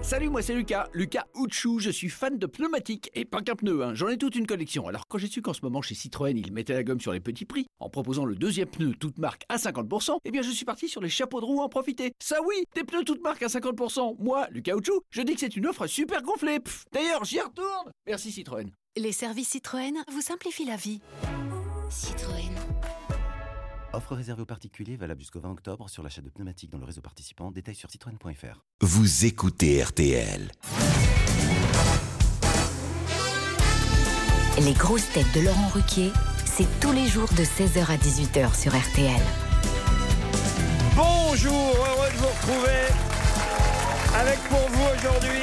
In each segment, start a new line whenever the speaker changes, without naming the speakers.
Salut, moi c'est Lucas, Lucas Ouchou, je suis fan de pneumatiques et pas qu'un pneu, hein. j'en ai toute une collection. Alors quand j'ai su qu'en ce moment chez Citroën ils mettaient la gomme sur les petits prix, en proposant le deuxième pneu toute marque à 50%, eh bien je suis parti sur les chapeaux de roue à en profiter. Ça oui, des pneus toute marque à 50%, moi, Lucas Ouchou, je dis que c'est une offre super gonflée. Pff, D'ailleurs, j'y retourne Merci Citroën.
Les services Citroën vous simplifient la vie. Citroën.
Offre réservée aux particuliers valable jusqu'au 20 octobre sur l'achat de pneumatiques dans le réseau participant. Détails sur citroën.fr.
Vous écoutez RTL.
Les grosses têtes de Laurent Ruquier, c'est tous les jours de 16h à 18h sur RTL.
Bonjour, heureux de vous retrouver avec pour vous aujourd'hui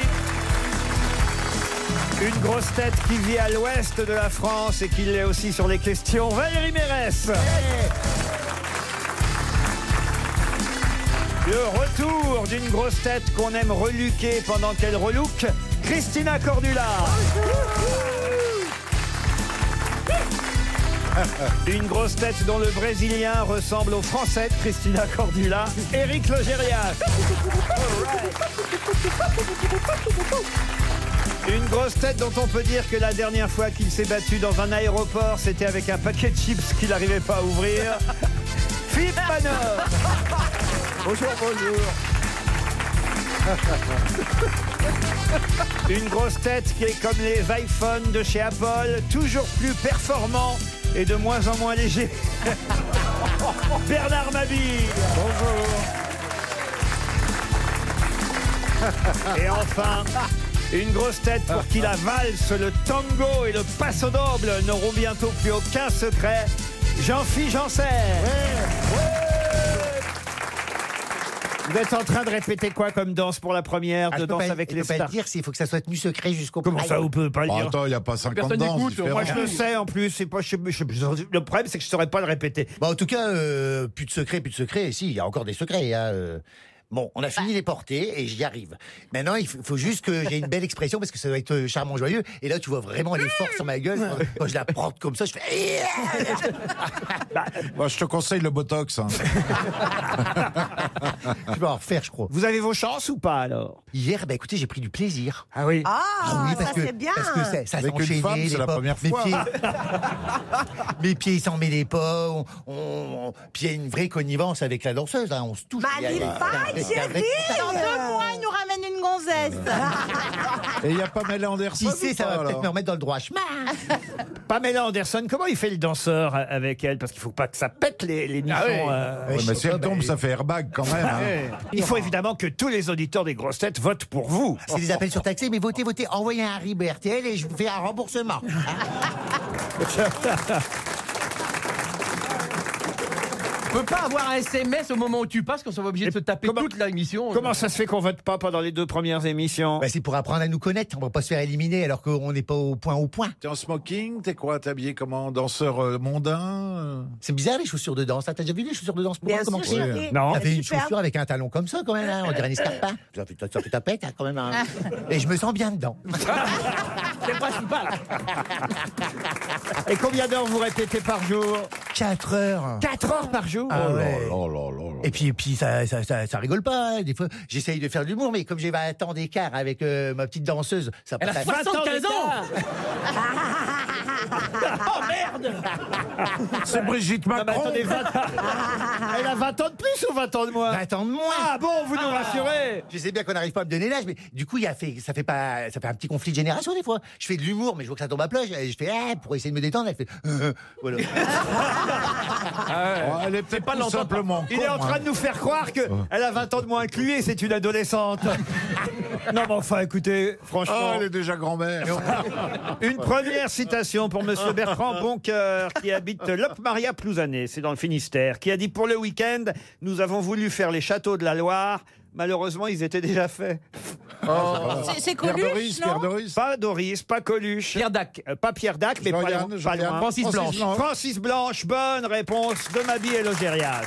une grosse tête qui vit à l'ouest de la France et qui l'est aussi sur les questions, Valérie Mérès. Le retour d'une grosse tête qu'on aime reluquer pendant qu'elle relouque, Christina Cordula. Une grosse tête dont le Brésilien ressemble au Français de Christina Cordula, Éric Logérias. Une grosse tête dont on peut dire que la dernière fois qu'il s'est battu dans un aéroport, c'était avec un paquet de chips qu'il n'arrivait pas à ouvrir. Philippe Manœuvre Bonjour, bonjour Une grosse tête qui est comme les iPhones de chez Apple, toujours plus performant et de moins en moins léger. Bernard Mabille Bonjour Et enfin, une grosse tête pour qui la valse, le tango et le passo doble n'auront bientôt plus aucun secret. Jean-Philippe Janssen. Vous êtes en train de répéter quoi comme danse pour la première
Ah,
de
je peux
Danse
pas-
avec
je
les
peux pas le
stars
dire, il faut que ça soit tenu secret jusqu'au
Comment ça, vous pouvez pas le
Ah,
dire
attends, il y a pas 50 Personne danses n'écoute, différentes.
Moi, je le sais en plus. c'est Pas, je- je- je- le problème, c'est que je saurais pas le répéter.
Bah, en tout cas, euh, plus de secrets, plus de secrets. Si, il y a encore des secrets. hein, euh. Bon, on a fini les portées et j'y arrive. Maintenant, il faut, faut juste que j'ai une belle expression parce que ça doit être euh, charmant, joyeux. Et là, tu vois vraiment les forces sur ma gueule. Quand je la prends comme ça, je fais. Bah,
Moi, je te conseille le Botox. hein.
Je vais en refaire, je crois.
Vous avez vos chances ou pas alors
Hier, bah écoutez, j'ai pris du plaisir.
Ah oui.
Ah, ça
que,
c'est bien.
parce que ça, ça
Avec une
s'enchaînait,
femme, c'est
les
la
pas-
première
mes
fois.
Pieds, mes pieds, ils s'en mêlaient pas. On, on- on- puis il y a une vraie connivence avec la danseuse. hein, on se touche. Il y a- il y a-
Magnifique,
il y a un vrai-
chérie
Dans deux mois, il nous ramène une gonzesse. Ah.
Et il n'y a pas Mel Anderson.
Si c'est,
ou
ça
pas,
va peut-être
alors
me remettre dans le droit chemin.
Pamela Anderson, comment il fait le danseur euh, avec elle Parce qu'il faut pas que ça pète les, les
Ah
nichons, euh,
Ouais, mais si elle tombe,
Ah mais-
ça fait airbag quand même. hein.
Il faut évidemment que tous les auditeurs des grosses têtes votent pour
Ah,
vous.
C'est des appels surtaxés, mais votez, votez, envoyez un RIB RTL et je vous fais un remboursement.
On peut pas avoir un SMS au moment où tu passes, quand on va obligé de se taper
comment-
toute la mission. hein.
Comment ça se fait qu'on vote pas pendant les deux premières émissions
Bah, c'est pour apprendre à nous connaître, on va pas se faire éliminer alors qu'on n'est pas au point au point.
T'es en smoking T'es quoi T'es habillé comment Danseur euh, mondain euh
C'est bizarre les chaussures de danse. Ah, T'as déjà vu les chaussures de danse pour
Bien
comment
sûr,
c'est
chérie.
Non.
T'avais une
Superbe.
chaussure avec un talon comme ça, quand même, hein, on dirait un escarpin. Ça fait, ça fait ta pète, hein, quand même. hein. Et je me sens bien dedans.
C'est le principal.
Et combien d'heures vous répétez par jour
4 heures.
4 heures par jour
Ah
Oh là
ouais.
là là là là.
Et puis, et puis ça, ça, ça, ça rigole pas. hein. Des fois, j'essaye de faire de l'humour, mais comme j'ai 20 ans d'écart avec euh, ma petite danseuse, ça
Elle a
passe à-
75 ans
Oh,
C'est Brigitte
Ah bah,
Macron.
attendez, 20 Elle a 20 ans de plus ou 20 ans de moins
20 ans de moins.
Ah bon, vous nous rassurez
Je sais bien qu'on n'arrive pas à me donner l'âge, mais du coup, il y a fait, ça fait pas, ça fait un petit conflit de génération des fois. Je fais de l'humour, mais je vois que ça tombe à plat. Je, je fais ah, pour essayer de me détendre. Elle fait euh, euh, voilà.
Ah
Oh, elle est peut-être pas tout simplement. hein.
Il est en train de nous faire croire que elle a 20 ans de moins que lui et c'est une adolescente. non mais enfin, écoutez,
Oh,
franchement,
elle est déjà grand-mère.
une première citation pour Monsieur Bertrand Boncoeur qui habite Locmaria Plouzané, c'est dans le Finistère, qui a dit pour le week-end, nous avons voulu faire les châteaux de la Loire. Malheureusement, ils étaient déjà faits.
C'est- C'est
Oh. Pierre
Coluche,
Doris,
non
Pierre Doris.
Pas Doris, pas Coluche,
Pierre Dac.
euh, pas Pierre Dac, mais pas,
Jean-Yann,
loin- pas
Jean-Yann.
loin.
Francis Blanche.
Francis Blanche, bonne réponse de Mabie et Logérias.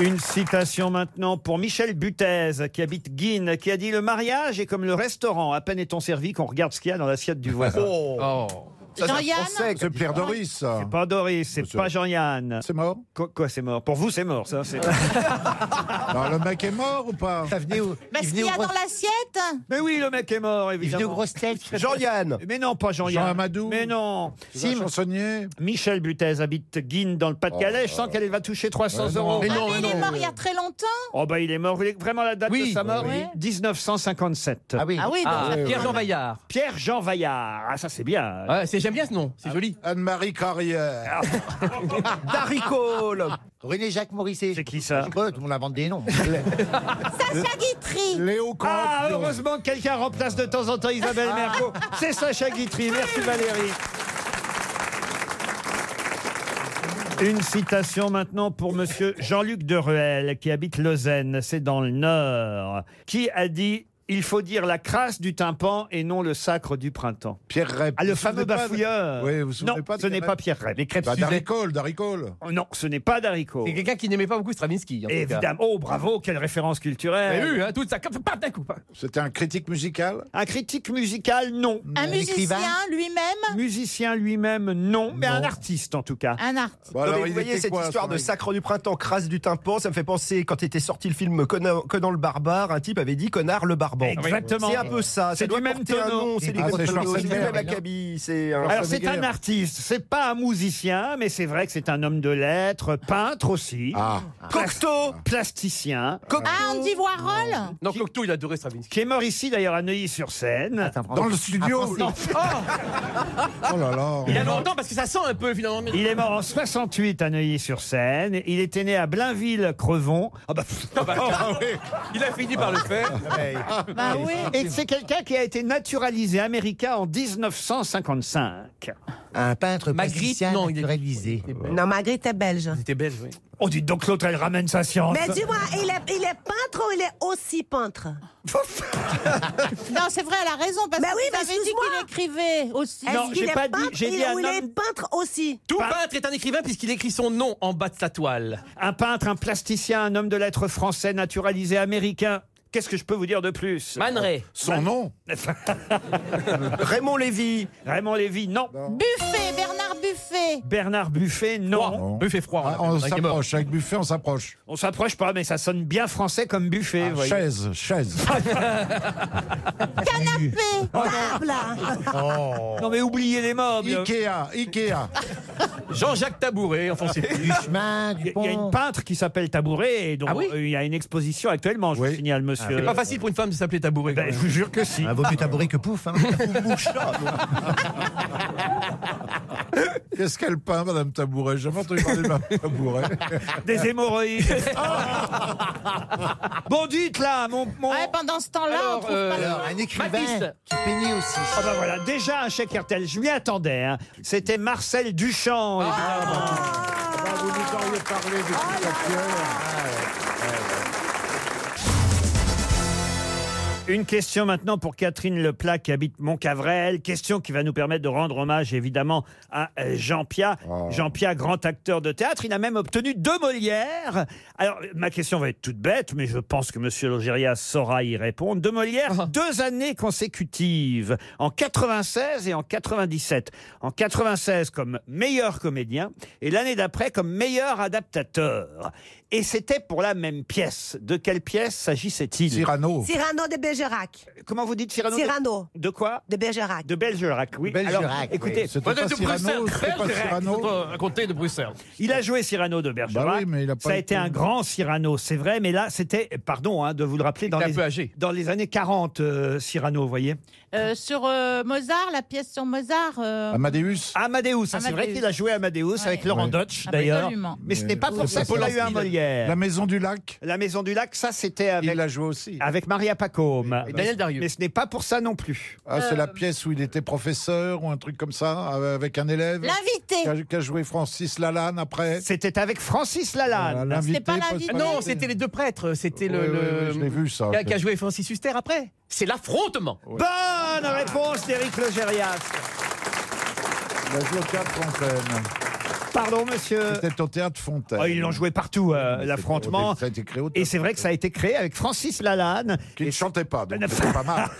Une citation maintenant pour Michel Butez, qui habite Guine, qui a dit Le mariage est comme le restaurant. À peine est-on servi qu'on regarde ce qu'il y a dans l'assiette du voisin.
Oh.
Ça, c'est un
Jean-Yann
Français,
C'est Pierre
capitaine.
Doris, ça.
C'est pas Doris, c'est
Monsieur.
pas Jean-Yann.
C'est mort
Quoi, quoi, c'est mort Pour vous, c'est mort, ça. c'est-
Alors, Bah, le mec est mort ou pas Bah,
Ça venait au.
Mais
il
ce
venait
qu'il
au
y a
gros-
dans l'assiette
Mais oui, le mec est mort,
il venait aux
évidemment.
grosses têtes.
Jean-Yann
Mais non, pas Jean-Yann.
Jean Amadou
Mais non.
C'est un chansonnier Oh.
Michel Butez habite Guine dans le Pas-de-Calais. Je sens qu'elle va toucher 300
Ouais, non.
euros.
Mais
Ah, mais il est mort il y a très longtemps.
Oh bah il est mort. Vous voulez vraiment la date de sa mort
oui.
1957.
Ah oui.
Ah oui, donc
Ah,
ça fait
Pierre-Jean
un-
Vaillard.
Pierre-Jean Vaillard. Ah ça c'est bien.
Ouais, c'est- J'aime bien ce nom, c'est joli.
Ah, Anne-Marie Carrière.
Daricole
René Jacques Morisset.
C'est qui ça
Je sais pas, tout le monde invente des noms.
Sacha Guitry.
Léo Ah. Campion.
Ah heureusement que quelqu'un remplace de temps en temps Isabelle Mergo. C'est Sacha Guitry. Merci Valérie. Une citation maintenant pour monsieur Jean-Luc de Ruel qui habite Lausanne, c'est dans le Nord, qui a dit il faut dire la crasse du tympan et non le sacre du printemps.
Pierre Rep.
Ah,
Vous
le
vous
fameux
souvenez pas de-
bafouilleur.
Oui, vous vous souvenez
non,
pas de
ce n'est
Pierre
pas
Rep
Pierre Rep.
Les crêpes
Bah,
Suzette.
Daricole, Daricole.
Oh Non, ce n'est pas Darico.
C'est quelqu'un qui n'aimait pas beaucoup Stravinsky. en tout cas.
Évidemment. Oh, bravo, quelle référence
Vous avez
culturelle.
vu, hein, toute ça, comme- paf, d'un coup. paf.
C'était un critique musical
Un critique musical, non.
Un musicien lui-même.
Musicien lui-même, non. Mais un artiste, en tout cas.
Un artiste.
Bon,
Non,
alors,
mais
il
vous voyez
était
cette
quoi,
histoire
son
de
mec
sacre du printemps, crasse du tympan, ça me fait penser quand était sorti le film Conan, Conan le barbare, un type avait dit connard le barbant.
Ah Exactement.
C'est un peu ça.
C'est
ça doit
du même
porter un
tonneau.
nom, C'est du
Ah,
même
c'est
tonneau, c'est du
Schwarzenegger,
même
non
acabit. C'est un-
Alors, c'est un
Schwarzenegger.
artiste, c'est pas un musicien, mais c'est vrai que c'est un homme de lettres, peintre aussi,
Ah,
Cocteau.
plasticien,
Ah, Andy Warhol.
Non, Cocteau, il adorait Stravinsky.
qui est mort ici d'ailleurs à Neuilly-sur-Seine.
dans le studio.
Non. Oh,
Oh là là.
il y a longtemps, parce que ça sent un peu, finalement. mais-
Il est mort en 68 à Neuilly-sur-Seine. Il était né à Blainville-Crevon. Ah bah, pff,
Il a fini par le
Ah
faire. Ah
Bah oui.
Et c'est quelqu'un qui a été naturalisé américain en 1955.
Un peintre
Magritte,
plasticien
non, il est-
naturalisé.
Non, Magritte est belge.
C'était belge, oui.
Oh, dites donc, l'autre, elle ramène sa science.
dis-moi, il est, peintre ou il est aussi peintre Non, c'est vrai, elle a raison. Parce que vous avez dit qu'il écrivait aussi.
Non, j'ai pas dit, j'ai dit un, homme-
peintre aussi
Tout
Pas-
peintre est un écrivain puisqu'il écrit son nom en bas de sa toile.
un peintre, un plasticien, un homme de lettres français naturalisé américain. Qu'est-ce que je peux vous dire de plus
Man Ray.
Son nom
Raymond Lévy.
Raymond Lévy, non.
Buffet, Bernard Buffet.
Bernard Buffet, non.
Non.
Buffet froid.
Ah,
on
On
l'appelle, hein, qui est mort.
s'approche. Avec Buffet, on s'approche.
On s'approche pas, mais ça sonne bien français comme Buffet. vous
Ah,
voyez. Ah,
chaise, chaise.
Canapé.
Oh.
Non mais oubliez les mobs. Il
Ikea, Ikea.
Oh,
Jean-Jacques Tabouret, enfin c'est plus.
Du chemin, du
y a une
pont.
peintre qui s'appelle Tabouret et dont
Ah oui
il y a une exposition actuellement, je
Oui.
vous signale, monsieur.
C'est pas facile pour une femme de s'appeler Tabouret.
Ben, je vous jure que si.
Ah, vaut mieux tabouret que pouf. Hein.
Qu'est-ce qu'elle peint, Madame Tabouret J'ai jamais entendu parler de Madame Tabouret.
Des hémorroïdes. bon, dites là, mon. mon-
Ouais, pendant ce temps-là, on
Alors,
trouve
euh,
pas le-
Alors, un écrivain
Matisse.
qui peignait aussi.
Ah bah voilà, déjà un chèque RTL, je m'y attendais. hein. C'était Marcel Duchamp, évidemment.
Ah, vous nous auriez parlé de tout à Pierre.
Une question maintenant pour Catherine Leplat qui habite Montcavrel. Question qui va nous permettre de rendre hommage évidemment à euh, Jean Pia. Jean Pia, grand acteur de théâtre. Il a même obtenu deux Molières. Alors, euh, ma question va être toute bête, mais je pense que Monsieur Logérias saura y répondre. Deux Molières, deux années consécutives, en 96 et en 97. En 96 comme meilleur comédien et l'année d'après comme meilleur adaptateur. Et c'était pour la même pièce. De quelle pièce s'agissait-il
Cyrano.
Cyrano de Bergerac.
Comment vous dites Cyrano de-
Cyrano
De quoi
de Bergerac.
De Belgerac, oui.
Bergerac,
Alors,
oui.
écoutez,
C'était
Moi,
pas
de
Cyrano,
Bruxelles,
c'était pas
Bergerac,
Cyrano.
euh, un comté de Bruxelles.
il a joué Cyrano de Bergerac.
Bah oui, mais il a pas
Ça a
été-
été un grand Cyrano, c'est vrai, mais là, c'était, pardon hein, de vous le rappeler, dans
était un
les,
peu âgé.
dans les années 40, euh, Cyrano, vous voyez.
Euh, sur euh, Mozart, la pièce sur Mozart.
Ah,
euh,
Amadeus.
Amadeus, hein, c'est
Amadeus.
vrai qu'il a joué Amadeus avec Laurent
Ouais.
Dutch,
Ah,
d'ailleurs.
absolument.
Mais ce n'est pas pour
Oui,
ça
c'est
qu'il a
pas
eu un
facile.
Molière.
La Maison du Lac.
La Maison du Lac, ça, c'était avec,
Il l'a joué aussi.
avec Maria Pacôme.
Et Eh ben, Daniel Darieux.
Mais ce n'est pas pour ça non plus.
Ah, c'est la pièce où il était professeur ou un truc comme ça, euh, avec un élève.
L'invité.
Qu'a qu'a joué Francis Lalanne après.
C'était avec Francis
Voilà,
Lalanne.
l'invité,
C'était Ah, pas
poste-
l'invité.
Non, c'était les deux prêtres. C'était
Oui, oui,
le.
oui, je
le-
l'ai vu ça.
qui a- qui a joué Francis Huster après. C'est l'affrontement.
Bonne réponse d'Éric Logérias.
Il a joué au théâtre Fontaine.
Pardon, monsieur.
C'était au théâtre Fontaine.
Oh, ils l'ont joué partout, euh, l'affrontement.
Ça a été créé au
Et c'est vrai que ça a été créé avec Francis Lalanne. Qui
ne chantait pas, donc c'était pas mal.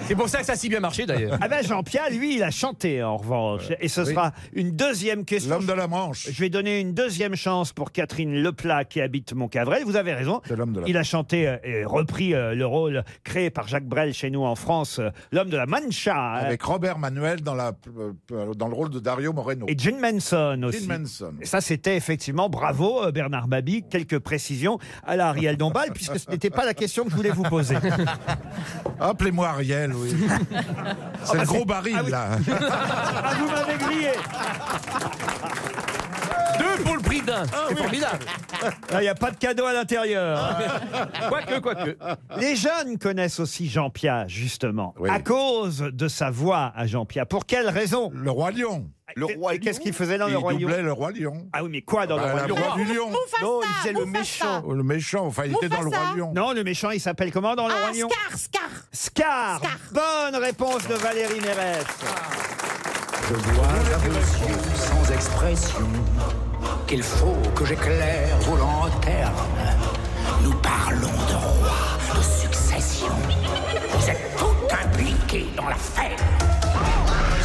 C'est pour ça que ça a si bien marché d'ailleurs.
Ah ben Jean-Pierre, lui, il a chanté en revanche. Et ce sera une deuxième question. L'homme de
la Manche.
Je vais donner une deuxième chance pour Catherine Leplat qui habite Montcavrel. Vous avez raison. Il a chanté euh, et repris euh, le rôle créé par Jacques Brel chez nous en France, euh, l'homme de la Mancha. hein.
Avec Robert Manuel dans, la, euh, dans le rôle de Dario Moreno.
Et Gene Manson aussi.
Gene Manson.
Et ça, c'était effectivement bravo, euh, Bernard Mabi. Quelques précisions à la Ariel Dombal, puisque ce n'était pas la question que je voulais vous poser.
Appelez-moi Ariel, oui. C'est
bah,
le
c'est-
gros baril,
Ah oui.
là.
Ah, vous m'avez grillé
Deux pour le prix d'un.
Ah
C'est formidable.
Ah
Ah,
Là, Il n'y a pas de cadeau à l'intérieur.
Quoique, quoique.
Les jeunes connaissent aussi Jean-Pierre, justement, à cause de sa voix à Jean-Pierre. Pour quelle raison
Le roi lion.
Le roi Qu'est-ce qu'il faisait dans
Il
le roi lion
doublait le roi lion.
Ah oui, mais quoi dans
Bah,
le
la
roi
voix
lion
du lion.
Non, il faisait le méchant.
Oh, Le méchant, enfin, il était dans le roi lion.
Non, le méchant, il s'appelle comment dans le roi lion
Ah, Scar, Scar.
Scar. Bonne réponse de Valérie Mérès.
Je vois à vos yeux sans expression qu'il faut que j'éclaire vos lanternes. Nous parlons de roi, de succession. Vous êtes tout impliqués dans l'affaire.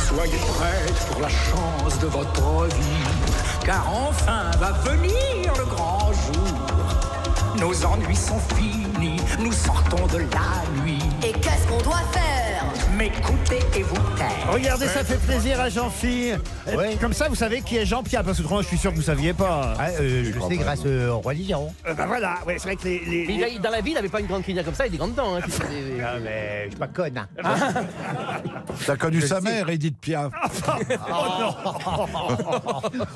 Soyez prêts pour la chance de votre vie, car enfin va venir le grand jour. Nos ennuis sont finis, nous sortons de la nuit.
Et qu'est-ce qu'on doit faire
M'écoutez et vous taire.
Regardez, ça fait plaisir à Jean-Phil. Euh, Comme ça, vous savez qui est Jean-Pierre, parce que autrement, je suis sûr que vous saviez pas.
Ah, euh, je sais grâce euh, au roi lion.
Euh, bah voilà, ouais, c'est vrai que les. les- Ah,
Mais il a- dans la vie, il n'avait pas une grande crinière comme ça, il est grand dedans. Hein, puis c'est des- Ah,
Non mais je suis pas conne. hein.
T'as connu sa mère, Edith Piaf.
Ah,
Oh,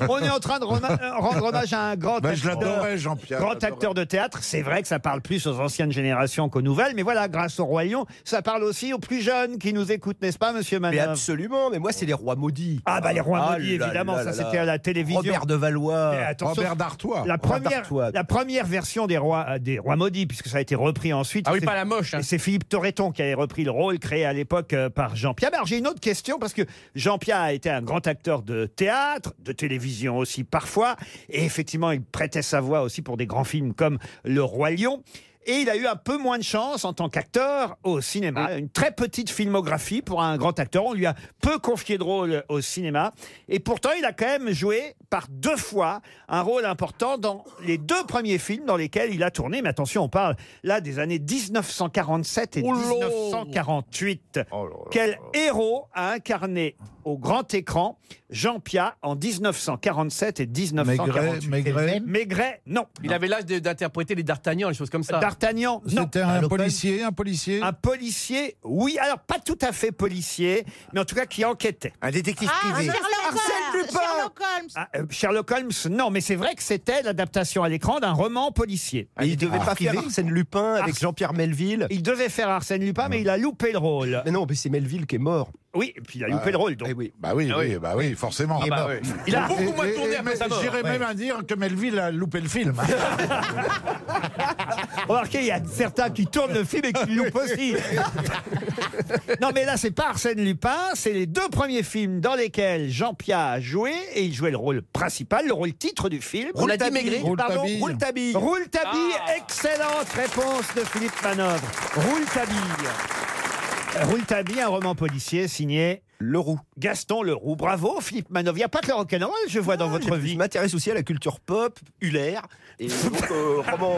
On est en train de roma- euh, rendre hommage à un grand
Ben, je
acteur.
l'adorais, Jean-Pierre.
Grand
J'adorais.
acteur de théâtre, c'est vrai que ça parle plus aux anciennes générations qu'aux nouvelles, mais voilà, grâce au Roi Lion, ça parle aussi aux plus jeunes qui nous écoutent, n'est-ce pas, monsieur
Mais
Manon
absolument, mais moi c'est les rois maudits.
Ah bah les rois
Ah
maudits,
là
évidemment,
là
ça
là
c'était
là.
à la télévision.
Robert de Valois.
Mais attention,
Robert d'Artois.
la première,
Robert-toi.
la première version des rois, euh, des rois maudits, puisque ça a été repris ensuite.
Ah oui,
C'est-
pas la moche. hein.
et c'est Philippe Torreton qui avait repris le rôle créé à l'époque euh, par Jean-Pierre. Mais Alors j'ai une autre question parce que Jean-Pierre a été un grand acteur de théâtre, de télévision aussi parfois, et effectivement il prêtait sa voix aussi pour des grands films comme Le Roi Lion. Et il a eu un peu moins de chance en tant qu'acteur au cinéma. Une très petite filmographie pour un grand acteur. On lui a peu confié de rôle euh, au cinéma. Et pourtant, il a quand même joué par deux fois un rôle important dans les deux premiers films dans lesquels il a tourné. Mais attention, on parle là des années 1947 et
Oh,
1948. Quel héros a incarné au grand écran Jean Pia en 1947 et
Maigret,
1948
Maigret.
Maigret, non.
Il avait l'âge de- d'interpréter les D'Artagnan, les choses comme ça.
D'Artagnan, non.
C'était un policier, un policier.
Un policier, oui, alors pas tout à fait policier, mais en tout cas qui enquêtait.
Un détective privé.
Ah, Sherlock Holmes. Sherlock Holmes.
Ah, euh, Sherlock Holmes, non, mais c'est vrai que c'était l'adaptation à l'écran d'un roman policier.
Mais il devait pas faire Arsène Lupin avec Jean-Pierre Melville.
Il devait faire Arsène Lupin, mais il a loupé le rôle.
Mais non, mais c'est Melville qui est mort.
Oui, et puis il a loupé le rôle. Donc.
Eh oui.
Bah oui, oui, bah oui, forcément.
Il est mort.
Il a beaucoup
Et-
moins
et-
tourné
et-
après sa
mais
mort.
J'irais même à dire que Melville a loupé le film.
Remarquez, il y a certains qui tournent le film et qui loupent aussi. non, mais là, c'est pas Arsène Lupin, c'est les deux premiers films dans lesquels Jean-Pierre a joué, et il jouait le rôle principal, le rôle titre du film.
On l'a dit maigri.
Pardon,
Rouletabille.
Rouletabille.
Rouletabille,
Ah.
excellente réponse de Philippe Manœuvre. Rouletabille. Rouletabille, un roman policier signé
Leroux.
Gaston Leroux. Bravo, Philippe Manœuvre. Il n'y a pas que le rock'n'roll, je vois dans votre
Ah, Je
vie.
m'intéresse aussi à la culture pop, Huller, et donc euh, roman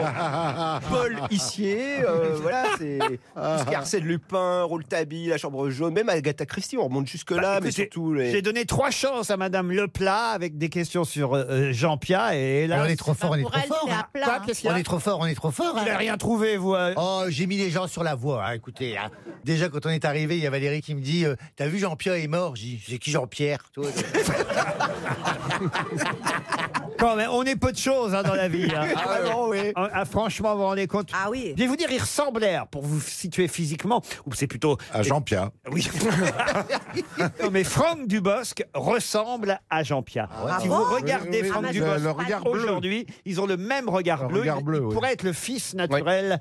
Paul Issier, euh, voilà, c'est tout ce qui est Arsène Lupin, Rouletabille, La Chambre jaune, même Agatha Christie, on remonte jusque-là, mais
Écoutez,
surtout
J'ai
les...
donné trois chances à Madame Leplat avec des questions sur euh, Jean-Pierre et
On
là.
est trop fort, on est trop
Pour elle,
fort.
il est à
hein.
plat. hein.
qu'est-ce qu'il y
On
a
est trop fort, on est trop fort.
Vous
hein.
n'avez rien trouvé, vous. euh,
Oh, j'ai mis les gens sur la voie. hein, écoutez, hein. déjà quand on est arrivé, il y a Valérie qui me dit euh, T'as vu Jean-Pierre est mort J'ai dit, C'est qui Jean-Pierre toi
Quand même, on est peu de choses hein, dans la vie. hein.
Ah vraiment, oui.
Ah, ah, franchement, vous vous rendez compte Ah oui. Je vais vous dire, il ressemblait, alors, pour vous situer physiquement, ou c'est plutôt... À Jean-Pierre. Oui. non, mais Franck Dubosc ressemble à Jean-Pierre.
ouais.
Si vous
Ah bon Oui,
regardez
oui,
Franck
oui.
Dubosc
Le- le regard bleu.
aujourd'hui, ils ont le même regard bleu.
regard
Il-
bleu,
il
oui.
pourrait être le fils naturel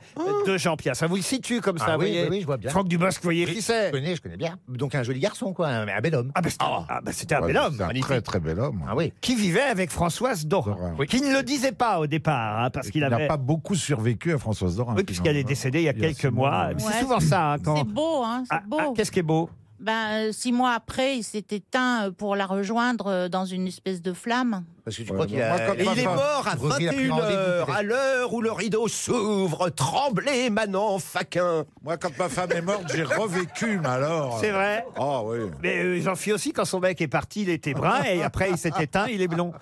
de Jean-Pierre. Ça vous le situe comme ça,
Ah
vous
oui,
voyez
oui, oui, je vois bien.
Franck Dubosc, vous voyez
Oui,
qui c'est
Je connais, je connais bien. Donc un joli garçon, quoi, un, un bel homme.
Ah bah c'était un
bel homme.
Un très très bel homme.
Ah oui.
Qui vivait avec Françoise Dorin. Qui ne le disait pas au départ, hein, parce
Il
qu'il
n'a
avait...
pas beaucoup survécu à Françoise Dorin.
Oui, puisqu'elle est décédée il y a quelques mois.
mois.
C'est souvent ça, hein, quand...
C'est beau, hein, c'est beau.
Ah, Qu'est-ce qui est beau
Ben, euh, six mois après, il s'est éteint euh, pour la rejoindre euh, dans une espèce de flamme.
Parce que tu
crois qu'il a- Et il est mort à 21h, à l'heure où le rideau s'ouvre. Tremblez, Oh, Manon, faquin.
Moi, quand ma femme est morte, j'ai revécu, mais alors.
C'est vrai
Ah oui.
Mais euh, j'en suis aussi, quand son mec est parti, il était brun, et après il s'est éteint, il est blond.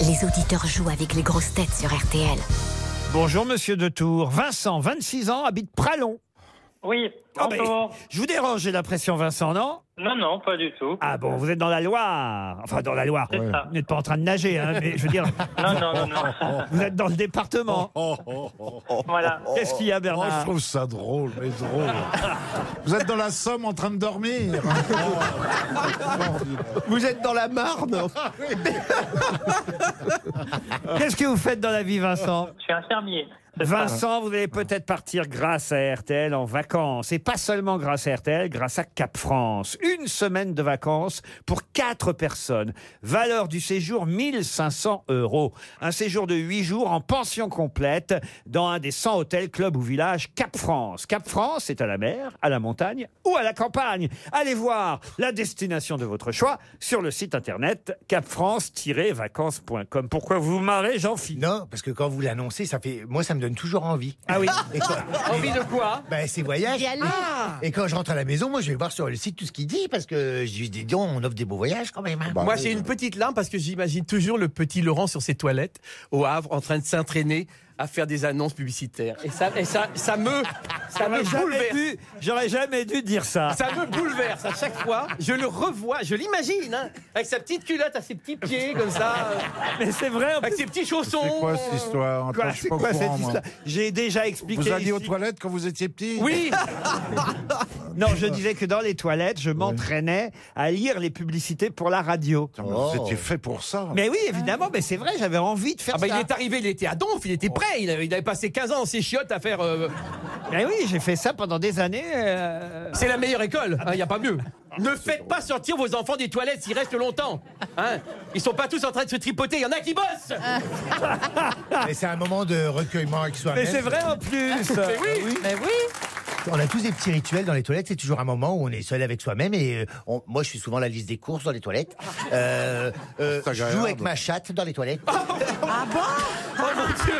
Les auditeurs jouent avec les grosses têtes sur RTL.
Bonjour, monsieur de Tour. Vincent, 26 ans, habite Pralon.
Oui,
Ah, ben, je vous dérange, j'ai l'impression, Vincent, non
Non, non, pas du tout.
Ah bon, vous êtes dans la Loire. Enfin, dans la Loire.
C'est ça.
Vous n'êtes pas en train de nager, hein, mais je veux dire.
Non, non, non, non.
Vous êtes dans le département.
Oh,
Voilà.
Qu'est-ce qu'il y a, Bernard
Oh, Je trouve ça drôle, mais drôle. Vous êtes dans la Somme en train de dormir. Oh,
Vous êtes dans la Marne.
Ah
Qu'est-ce que vous faites dans la vie, Vincent
Je suis un fermier.
Vincent, vous allez peut-être partir grâce à RTL en vacances. Et pas seulement grâce à RTL, grâce à Cap France. Une semaine de vacances pour quatre personnes. Valeur du séjour 1500 euros. Un séjour de 8 jours en pension complète dans un des 100 hôtels, clubs ou villages Cap France. Cap France, c'est à la mer, à la montagne ou à la campagne. Allez voir la destination de votre choix sur le site internet capfrance-vacances.com. Pourquoi vous vous marrez, Jean-Philippe
Non, parce que quand vous l'annoncez, ça fait. Moi, ça me donne toujours envie.
Ah oui.
envie
de quoi
Ben, c'est voyage. Ah. Et quand je rentre à la maison, moi, je vais voir sur le site tout ce qu'il dit, parce que je dis, dis donc, on offre des beaux voyages quand même. hein.
Moi, j'ai une petite larme parce que j'imagine toujours le petit Laurent sur ses toilettes au Havre en train de s'entraîner à faire des annonces publicitaires. Et ça, et ça, ça me, ça me
J'aurais jamais
bouleverse.
dû- J'aurais jamais dû dire ça.
Ça me bouleverse à chaque fois. Je le revois, je l'imagine, hein, avec sa petite culotte, à ses petits pieds comme ça.
Mais c'est vrai.
Avec ses petits chaussons.
C'est quoi cette histoire
Quoi,
Attends, je suis
c'est
pas au
quoi
courant,
cette
moi.
histoire J'ai déjà expliqué.
Vous alliez aux
ici.
toilettes quand vous étiez petit
Oui. Non, je disais que dans les toilettes, je m'entraînais à lire les publicités pour la radio.
mais vous Oh. étiez fait pour ça.
Mais oui, évidemment, mais c'est vrai, j'avais envie de faire
Ah bah,
ça. Oh.
il est arrivé, il était à Donf, il était prêt, il avait, il avait passé 15 ans en séchiotte à faire. euh,
Mais Eh oui, j'ai fait ça pendant des années. euh.
C'est la meilleure école, hein, il n'y a pas mieux. Ne faites pas sortir vos enfants des toilettes s'ils restent longtemps. Hein Ils sont pas tous en train de se tripoter, il y en a qui bossent
Mais c'est un moment de recueillement avec soi-même.
Mais c'est vrai, en plus. Mais oui.
Mais oui on a tous des petits rituels dans les toilettes. C'est toujours un moment où on est seul avec soi-même. Et euh, on- moi, je suis souvent la liste des courses dans les toilettes. Euh, euh, je joue avec ma chatte dans les toilettes.
Ah bon
Oh mon dieu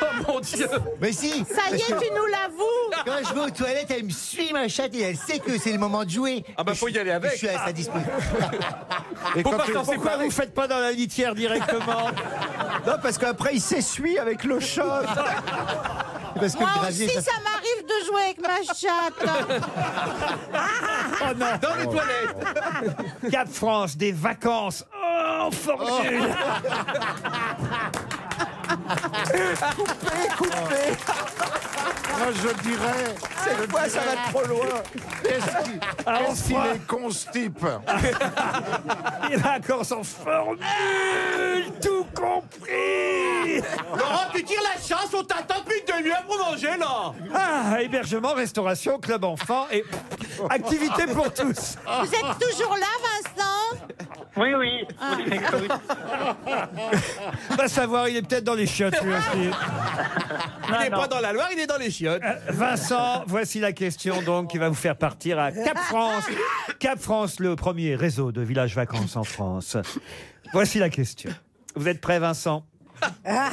Oh mon dieu
Mais si
Ça y est,
parce que
tu nous l'avoues
Quand je vais aux toilettes, elle me suit ma chatte et elle sait que c'est le moment de jouer.
Ah bah faut y aller avec.
Je suis à sa disposition.
Faut pas s'en
Pourquoi
séparer.
vous faites pas dans la litière directement
Non, parce qu'après, il s'essuie avec le chat.
Parce
Moi aussi, ça m'arrive de jouer avec ma chatte.
Dans les toilettes
Oh Cap France, des vacances. Oh, formule
Coupé, coupé.
Moi, je dirais.
Cette fois, ça va trop loin.
Qu'est-ce qu'il
Ah, on
qu'est-ce qu'il
froid.
est con, ce type
Les vacances en formule Tout compris
Laurent, tu tires la chasse, on t'attend depuis une demi-heure pour manger là
Ah, hébergement, restauration, club enfant et pff, activité pour tous.
Vous êtes toujours là, Vincent
Oui, oui.
Ah. Va savoir, il est peut-être dans les chiottes lui aussi.
Il n'est pas dans la Loire, il est dans les chiottes.
Euh, Vincent, voici la question donc qui va vous faire partir à Cap France. Cap France, le premier réseau de villages vacances en France. Voici la question. Vous êtes prêt, Vincent
Ah,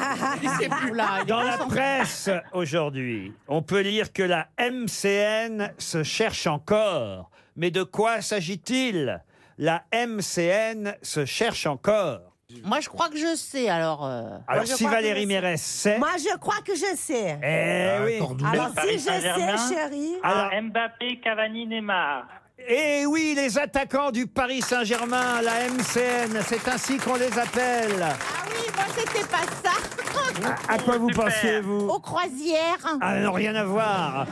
Dans la presse aujourd'hui, on peut lire que la MCN se cherche encore. Mais de quoi s'agit-il La MCN se cherche encore.
Moi, je crois que je sais, alors. euh.
Alors,
Moi, je
si
crois que
Valérie
je
Mérès sait.
Moi, je crois que je sais.
Eh oui.
Alors, si je sais, chérie.
Alors-
Mbappé, Cavani, Neymar.
Et Eh oui, les attaquants du Paris Saint-Germain, la MCN, c'est ainsi qu'on les appelle.
Ah,
Oui, moi, c'était pas ça.
À quoi
oh,
vous pensiez, vous
Aux croisières.
Ah non, rien à voir.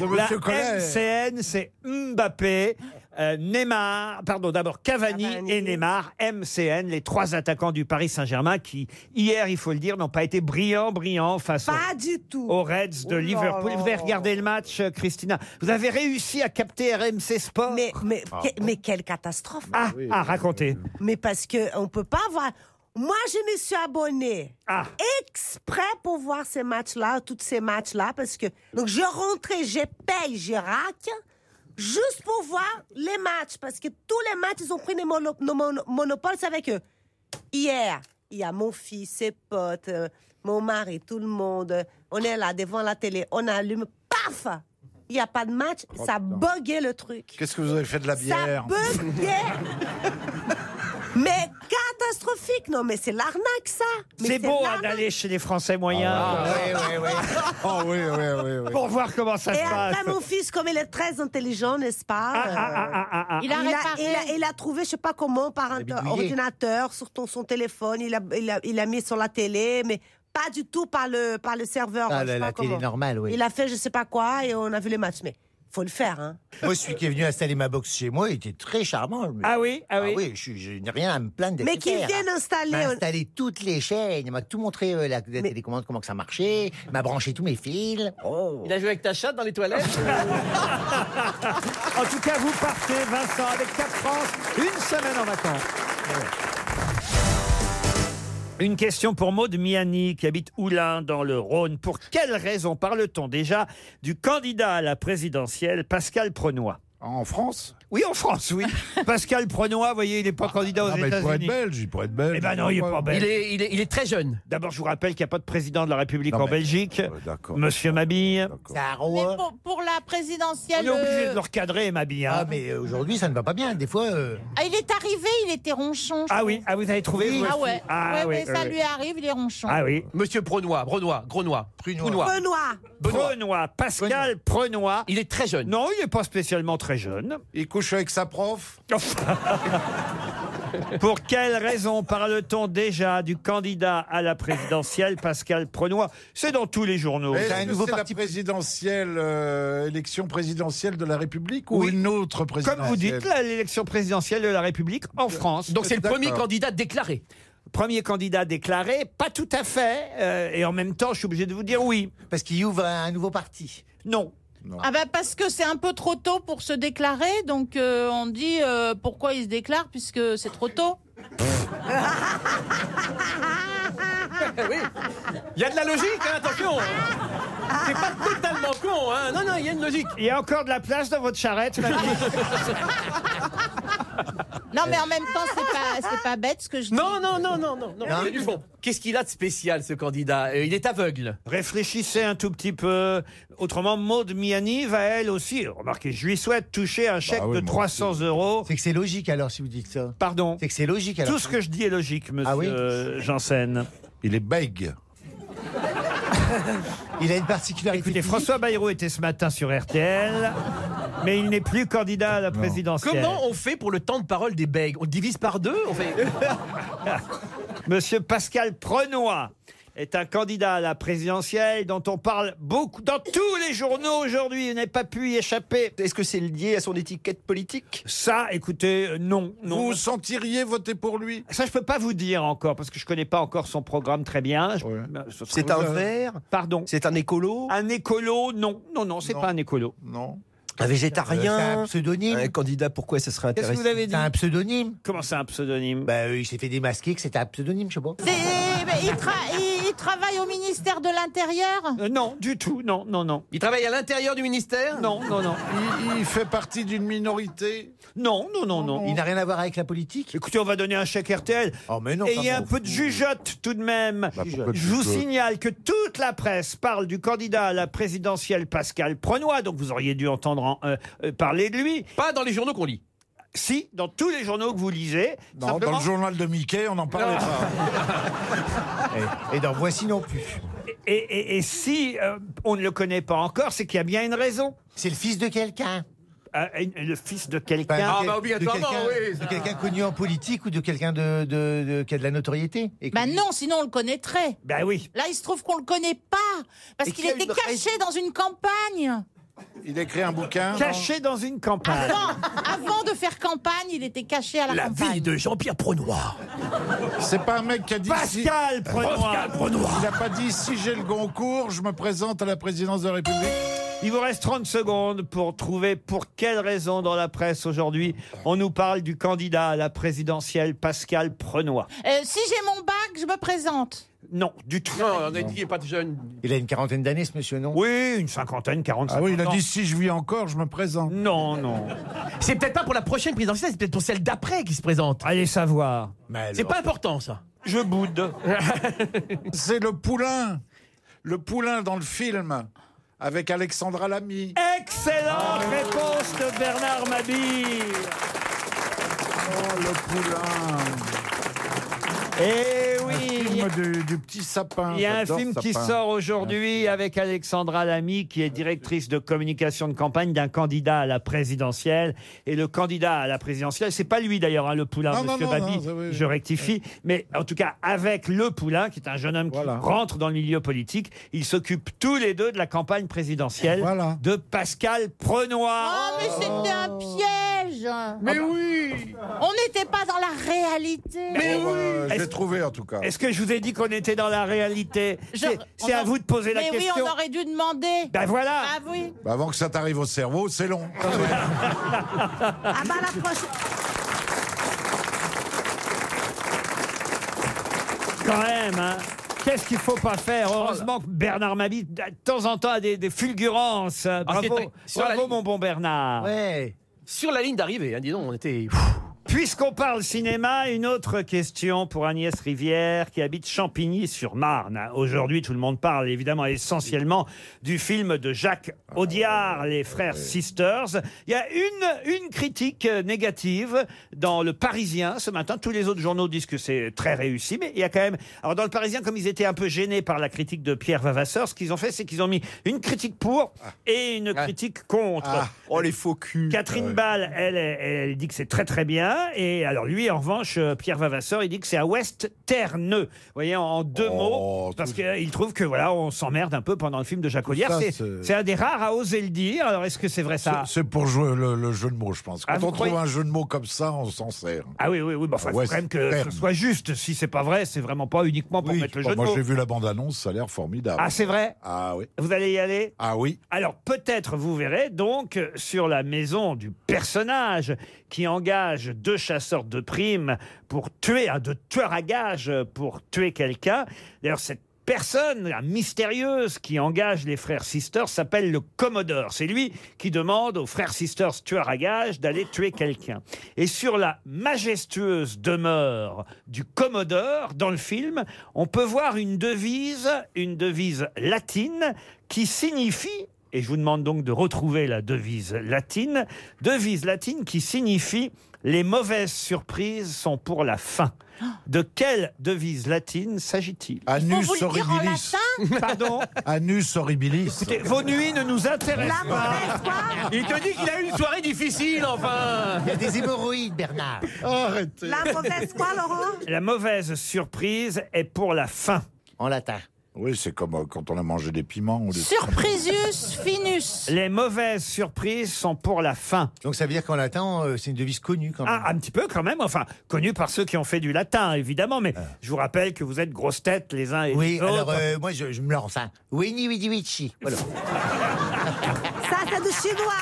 La
monsieur Collet.
MCN, c'est Mbappé, euh, Neymar, pardon, d'abord Cavani, et Neymar, MCN, les trois attaquants du Paris Saint-Germain qui, hier, il faut le dire, n'ont pas été brillants, brillants face
Pas
aux-
du tout.
aux Reds de
Oh là
Liverpool.
là.
Vous avez regardé le match, euh, Christina Vous avez réussi à capter RMC Sport
Mais, mais,
Ah.
que- mais quelle catastrophe.
Ah, ah, racontez.
Mais parce qu'on ne peut pas voir. Moi, je me suis abonnée
Ah.
exprès pour voir ces matchs-là, tous ces matchs-là, parce que. Donc, je rentrais, je paye, je raque, juste pour voir les matchs, parce que tous les matchs, ils ont pris des mono- nos mono- monopoles c'est avec eux. Hier, il y a mon fils, ses potes, euh, mon mari, tout le monde. On est là devant la télé, on allume, paf Il n'y a pas de match,
Oh,
ça
putain.
buguait le truc.
Qu'est-ce que vous avez fait de la bière
Ça bug bien. mais catastrophique, non, mais c'est l'arnaque, ça. Mais
C'est beau hein,
l'arnaque.
d'aller chez les Français moyens.
Oh Ah, oui, oui, oui, oui.
Pour voir comment ça
Et
se passe.
après, mon fils, comme il est très intelligent, n'est-ce pas
ah.
Il, a il, a, il a trouvé, je sais pas comment, par un
bidouillé.
ordinateur, sur ton- son téléphone, il a, il, a, il a mis sur la télé, mais pas du tout par le, par le serveur.
Ah,
je sais
la-
pas
la télé
comment.
normale, oui.
Il a fait je sais pas quoi et on a vu les matchs, mais faut le faire. Hein.
Moi, celui qui est venu installer ma box chez moi, il était très charmant. lui.
Ah oui, ah oui.
je, suis- je n'ai rien à me plaindre d'être
Mais qu'il
clair,
vienne
hein.
installer-
Il m'a installé toutes les chaînes. Il m'a tout montré, euh, la, la télécommande, comment que ça marchait. Il m'a branché tous mes fils. Oh.
Il a joué avec ta chatte dans les toilettes
En tout cas, vous partez, Vincent, avec Cap France, une semaine en vacances. Une question pour Maude Miani, qui habite Oulin, dans le Rhône. Pour quelle raison parle-t-on déjà du candidat à la présidentielle, Pascal Prenoy
En France
Oui, en France, oui. Pascal Prenoy, vous voyez, il n'est pas candidat aux
Non, Ah, mais il pourrait être
États-Unis.
belge, il pourrait être belge.
Eh ben non, il est pas belge.
Il
est, très jeune. D'abord, je vous rappelle qu'il n'y a pas de président de la République
Non,
en
mais-
Belgique. Monsieur Mabille.
Mais pour, pour la présidentielle.
On est obligé
euh,
de le recadrer, Mabille.
Ah, mais euh, aujourd'hui, ça ne va pas bien. Des fois. euh,
ah, il est arrivé, il était ronchon. je
Ah oui,
trouve.
ah, vous avez trouvé vous
Ah
aussi.
ouais.
Ah
Ouais,
oui,
ouais,
oui,
ça
oui.
lui arrive, il est ronchon.
Ah oui.
Monsieur Prenoy, Brenoy, Grenoy, Prunoy.
Benoît.
Benoît.
Prenoy, Pascal Prenoy. Il est très jeune. Non, il n'est pas spécialement très jeune.
Il couche avec sa prof.
Pour quelle raison parle-t-on déjà du candidat à la présidentielle, Pascal Prenoy C'est dans tous les journaux.
Est-ce que c'est la présidentielle, euh, élection présidentielle de la République ou
Oui.
une autre présidentielle
Comme vous dites, là, l'élection présidentielle de la République en France.
Donc c'est le D'accord. premier candidat
déclaré. Premier candidat déclaré, pas tout à fait. euh, et en même temps, je suis obligé de vous dire oui.
Parce qu'il ouvre un nouveau parti.
Non.
Ah bah parce que c'est un peu trop tôt pour se déclarer, donc euh, on dit euh, pourquoi il se déclare puisque c'est trop tôt.
Eh oui. Il y a de la logique, hein, attention. C'est pas totalement con, hein. Non, non, il y a une logique.
Il y a encore de la place dans votre charrette,
Non mais en même temps c'est pas c'est pas bête ce que je dis.
Non, non, non, non, non.
Non.
non. Il y a du fond. Qu'est-ce qu'il a de spécial, ce candidat Euh, Il est aveugle.
Réfléchissez un tout petit peu. Autrement, Maud Miani va elle aussi, remarquez, je lui souhaite toucher un
Ah
chèque de 300 euros.
C'est que c'est logique alors si vous dites ça.
Pardon.
C'est que c'est logique alors.
Tout ce que je dis est logique, monsieur
Ah oui
euh, Janssen.
Il est bègue.
Il a une particularité.
Écoutez, François Bayrou était ce matin sur RTL, mais il n'est plus candidat à la présidentielle.
Comment on fait pour le temps de parole des bègues On divise par deux on fait...
Monsieur Pascal Prenoy est un candidat à la présidentielle dont on parle beaucoup dans tous les journaux aujourd'hui. Il n'a pas pu y échapper.
Est-ce que c'est lié à son étiquette politique
Ça, écoutez, euh, non, non.
Vous vous sentiriez voter pour lui
Ça, je peux pas vous dire encore parce que je connais pas encore son programme très bien. Je- Ce serait-
C'est un vert
Pardon.
C'est un écolo
Un écolo Non, non, non, c'est
Non.
pas un écolo.
Non.
Un
Euh, c'est un
végétarien
pseudonyme.
Un candidat, pourquoi ce serait
Qu'est-ce que
intéressant
vous avez dit
C'est un pseudonyme.
Comment c'est un pseudonyme
Bah, euh, il s'est fait démasquer que c'était un pseudonyme, je sais pas.
C'est- mais eh ben, il, tra- il- il travaille au ministère de l'Intérieur.
Euh, Non, du tout. Non, non, non,
Il travaille à l'intérieur du ministère
non, non, non,
Il, il fait partie d'une minorité
non, non, non, non.
Il n'a rien à voir avec la politique.
Écoutez, on va donner un chèque RTL.
Oh, mais non.
Et
pas
il y a un
bon.
peu de jugeote tout de même.
Bah,
pourquoi
Je vous
tu peux
signale que toute la presse parle du candidat à la présidentielle Pascal Prenoy, donc vous auriez dû entendre en- euh, euh, parler de lui.
Pas dans les journaux qu'on lit.
Si, dans tous les journaux que vous lisez.
Non, dans
simplement-
le journal de Mickey, on n'en parlait pas.
Et, et dans Voici non plus.
Et, et- et si euh, on ne le connaît pas encore, c'est qu'il y a bien une raison. C'est le fils de quelqu'un. le fils de quelqu'un.
Ah,
Enfin,
bah,
de- Ben, de quelqu'un- De quelqu'un connu en politique ou de quelqu'un de, de- de- qui a de la notoriété et
Bah non, sinon on le connaîtrait.
Ben oui.
Là, il se trouve qu'on le connaît pas parce
Et
qu'il
qu'il y a
était
une
caché dans une campagne.
Il a écrit un bouquin.
Caché dans une campagne.
Avant, avant de faire campagne, il était caché à Ah, la,
Ah. La
campagne.
vie de Jean-Pierre Prenoir. C'est pas un mec qui a dit.
Pascal Prenoir.
Pascal Prenoir. Il a pas dit si j'ai le Goncourt, je me présente à la présidence de la République.
Il vous reste 30 secondes pour trouver pour quelle raison dans la presse aujourd'hui on nous parle du candidat à la présidentielle Pascal Prenoy.
Euh, si j'ai mon bac, je me présente.
Non, du tout.
Non, on a dit qu'il n'est pas jeune.
Il a une quarantaine d'années, ce monsieur, non
Oui, une cinquantaine, quarante.
Ah oui, il a dit
si je vis encore, je me présente. Non, non.
C'est peut-être pas pour la prochaine présidentielle, c'est peut-être pour celle d'après qui se présente.
Allez savoir.
C'est pas important ça.
Je boude.
C'est le poulain. Le poulain dans le film avec Alexandra Lamy.
Excellente réponse de Bernard Mabille.
Oh, le poulain.
Eh oui.
Un film du, du petit sapin.
Il y a un
Ah, J'adore
film qui
Sapin.
sort aujourd'hui avec Alexandra Lamy, qui est directrice de communication de campagne d'un candidat à la présidentielle. Et le candidat à la présidentielle, c'est pas lui d'ailleurs, hein, le poulain,
Non, non,
monsieur
non,
Babi,
non, c'est- oui, oui.
je rectifie. Mais en tout cas, avec le poulain, qui est un jeune homme qui rentre dans le milieu politique, ils s'occupent tous les deux de la campagne présidentielle de Pascal Prenoir.
Oh, mais c'était un piège.
Mais
oui. On n'était pas dans la réalité.
Bon, bah, Je l'ai trouvé en tout cas.
Est-ce que je vous ai dit qu'on était dans la réalité C'est- C'est à vous de poser la
mais
question.
oui, on aurait dû demander.
Ben voilà.
Ah oui.
Bah, avant que ça t'arrive au cerveau, c'est long.
Ah bah la prochaine.
Quand même, hein. Qu'est-ce qu'il faut pas faire Heureusement que Bernard Mabie, de temps en temps, a des, des fulgurances. Bravo,
c'était Ah, sur la
bravo
ligne.
mon bon Bernard.
Sur la ligne d'arrivée, hein, dis donc, on était.
Puisqu'on parle cinéma, une autre question pour Agnès Rivière qui habite Champigny-sur-Marne. Aujourd'hui, tout le monde parle évidemment essentiellement du film de Jacques Audiard, Les Frères Sisters. Il y a une, une critique négative dans Le Parisien ce matin. Tous les autres journaux disent que c'est très réussi, mais il y a quand même... Alors dans Le Parisien, comme ils étaient un peu gênés par la critique de Pierre Vavasseur, ce qu'ils ont fait, c'est qu'ils ont mis une critique pour
Ah.
et une critique contre.
Ah.
Oh les faux culs. Catherine
Ah ouais.
Ball, elle, elle, elle dit que c'est très très bien. Et alors lui, en revanche, euh, Pierre Vavasseur, il dit que c'est à Ouest Terre-Neuve. Vous voyez, en, en deux
Oh,
mots, parce qu'il trouve que voilà, on s'emmerde un peu pendant le film de Jacques Audiard.
ça,
C'est-
c'est-
C'est un des rares à oser le dire. Alors est-ce que c'est vrai ça
C'est- C'est pour jouer le, le jeu de mots, je pense. Quand
Ah, vous
on trouve
croyez-
un jeu de mots comme ça, on s'en sert.
Ah oui, oui, oui. Bah, enfin, faut
Ouais,
quand même
c'est
que
ferme.
ce soit juste. Si c'est pas vrai, c'est vraiment pas uniquement pour mettre le
Bon,
jeu
moi,
de mots.
j'ai vu la bande-annonce, ça a l'air formidable.
Ah, c'est vrai
Ah oui.
Vous allez y aller
Ah oui.
Alors peut-être vous verrez donc euh, sur la maison du personnage qui engage deux chasseurs de primes pour tuer un deux tueurs à gages euh, pour tuer quelqu'un. D'ailleurs cette Personne euh, mystérieuse qui engage les frères sisters s'appelle le Commodore. C'est lui qui demande aux frères sisters tueurs à gages d'aller tuer quelqu'un. Et sur la majestueuse demeure du Commodore dans le film, on peut voir une devise, une devise latine qui signifie, et je vous demande donc de retrouver la devise latine, devise latine qui signifie les mauvaises surprises sont pour la fin. De quelle devise latine s'agit-il
Anus Ah vous le dire en horribilis. latin
Pardon
Anus horribilis.
Écoutez, vos nuits ne nous intéressent pas.
Il te dit qu'il a eu une soirée difficile, enfin.
Il y a des hémorroïdes, Bernard.
Arrêtez.
La mauvaise quoi, Laurent
La mauvaise surprise est pour la fin.
En latin.
Oui, c'est comme euh, quand on a mangé des piments. Ou des...
Surprisius finus.
Les mauvaises surprises sont pour la fin.
Donc ça veut dire qu'en latin, euh, c'est une devise connue quand même.
Ah, un petit peu quand même, enfin, connu par ceux qui ont fait du latin, évidemment, mais je vous rappelle que vous êtes grosses têtes les uns et
Ah. oui,
les autres.
alors euh, moi je, je me lance. Hein. Winnie Winnie Wichi. Voilà.
Ça, c'est du chinois.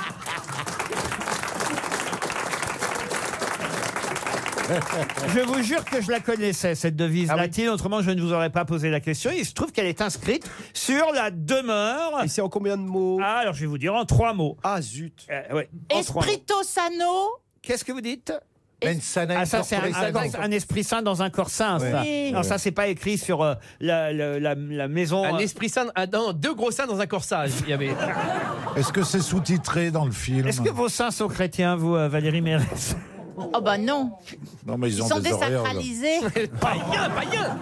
Je vous jure que je la connaissais, cette devise
Ah
latine, autrement je ne vous aurais pas posé la question. Il se trouve qu'elle est inscrite sur la demeure. Et c'est en combien de mots Ah, alors je vais vous dire en trois mots. Ah, zut ouais, en trois mots.
Espirito sano.
Qu'est-ce que vous dites
Mensana
Ah, ça, c'est un,
incorpore
un-
sano.
un esprit saint dans un corps sain, ça.
Oui.
Non, ça, c'est pas écrit sur euh, la, la- la- la maison.
Un
euh,
esprit sain, ah non, deux gros seins dans un corsage. Il y avait.
Est-ce que c'est sous-titré dans le film
Est-ce que vos saints sont chrétiens, vous, euh, Valérie Mérès
Oh bah non.
Non, mais ils, ont
sont
des horaires, là.
désacralisés.
païen, païen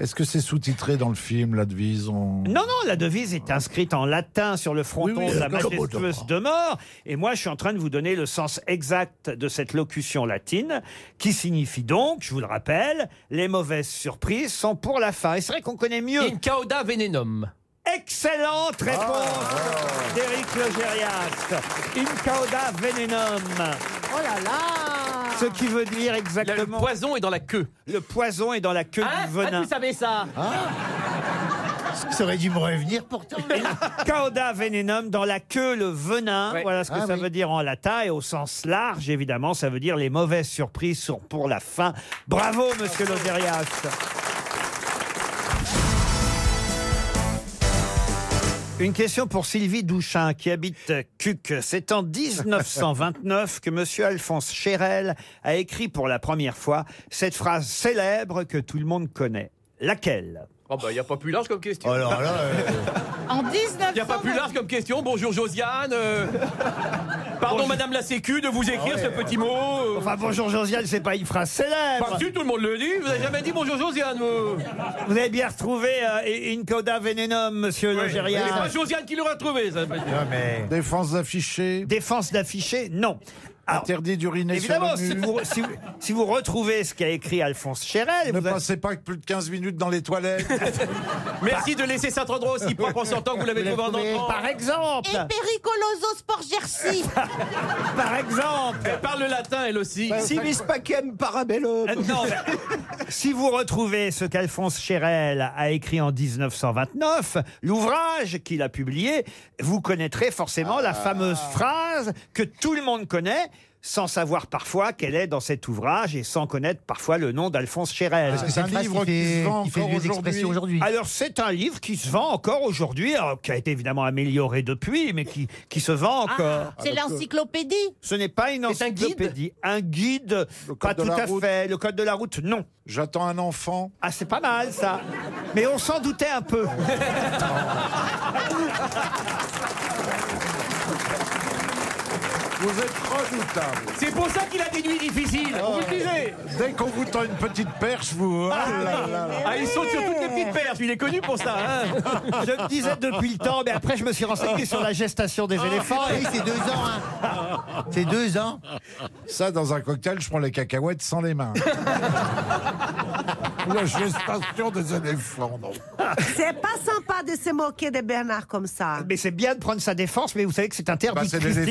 Est-ce que c'est sous-titré dans le film, la devise on...
Non, non, la devise est inscrite en latin sur le fronton
Oui, oui,
de la
d'accord.
majestueuse demeure. Et moi, je suis en train de vous donner le sens exact de cette locution latine, qui signifie donc, je vous le rappelle, les mauvaises surprises sont pour la fin. Et c'est vrai qu'on connaît mieux. In
cauda venenum.
Excellente
Ah,
réponse d'Éric Logérias. In cauda venenum.
Oh là là
Ce qui veut dire exactement. Le
poison est dans la queue.
Le poison est dans la queue
Ah,
du
ah,
venin.
vous savez ça
Ça aurait dû me revenir pourtant.
Cauda venenum, dans la queue, le venin.
Ouais.
Voilà ce que
Ah
ça
oui.
veut dire en latin. Et au sens large, évidemment, ça veut dire les mauvaises surprises sont pour la fin. Bravo, monsieur Lozérias. Une question pour Sylvie Douchin qui habite Cuc. C'est en 1929 que monsieur Alphonse Chérel a écrit pour la première fois cette phrase célèbre que tout le monde connaît. Laquelle
Oh bah, il n'y a pas plus large comme question.
Oh, Alors euh, là,
En 19...
Il n'y a pas plus large comme question. Bonjour Josiane. euh, Pardon Madame la Sécu de vous
Ah
écrire ce petit mot. euh.
Enfin, bonjour Josiane, c'est pas une phrase célèbre.
Pas dessus, tout le monde le dit. Vous n'avez jamais dit bonjour Josiane. vous.
Vous avez bien retrouvé euh, In Coda Venenum, monsieur
Ouais.
Logérias.
C'est pas Josiane qui l'aurait trouvé. Ça.
Défense d'afficher
Défense d'afficher, non. Alors,
Interdit d'uriner sur
Évidemment,
le
si
mur.
vous, si, vous- si vous retrouvez ce qu'a écrit Alphonse Chérel,
Ne
vous a-
passez pas plus de 15 minutes dans les toilettes.
Merci de laisser cet endroit aussi propre en sortant que vous l'avez
Vous
trouvé en
l'avez
entrant.
par exemple,
Et Pericoloso Sport Jersey.
par exemple,
Elle parle le latin elle aussi.
Bah,
Civis pacem parabellum.
Euh, non, mais- si vous retrouvez ce qu'Alphonse Chérel a écrit en 1929, l'ouvrage qu'il a publié, vous connaîtrez forcément
Ah.
la fameuse phrase que tout le monde connaît, sans savoir parfois qu'elle est dans cet ouvrage et sans connaître parfois le nom d'Alphonse Chérel.
C'est un livre qui se vend
qui fait
encore
des expressions
aujourd'hui.
aujourd'hui.
Alors c'est un livre qui se vend encore aujourd'hui, alors, qui a été évidemment amélioré depuis, mais qui, qui se vend
Ah,
encore.
Ah,
Ah,
C'est
euh,
l'encyclopédie.
Ce n'est pas une
C'est un guide
encyclopédie, un guide,
Le code
pas
de
tout
la
à
route.
fait. Le code de la route, non.
J'attends un enfant.
Ah, c'est pas mal ça. Mais on s'en doutait un peu.
Vous êtes redoutable.
C'est pour ça qu'il a des nuits difficiles. On vous le disait.
Oh. Dès qu'on vous tend une petite perche, vous. Ah là là là.
Ah, il saute sur toutes les petites perches. Il est connu pour ça. hein.
Je me disais depuis le temps, mais après je me suis renseigné sur la gestation des éléphants.
Oui, c'est deux ans. hein. C'est deux ans.
Ça, dans un cocktail, je prends les cacahuètes sans les mains. La gestation des éléphants. non.
C'est pas sympa de se moquer de Bernard comme ça.
Mais c'est bien de prendre sa défense, mais vous savez que c'est interdit.
Bah, c'est des
Christina.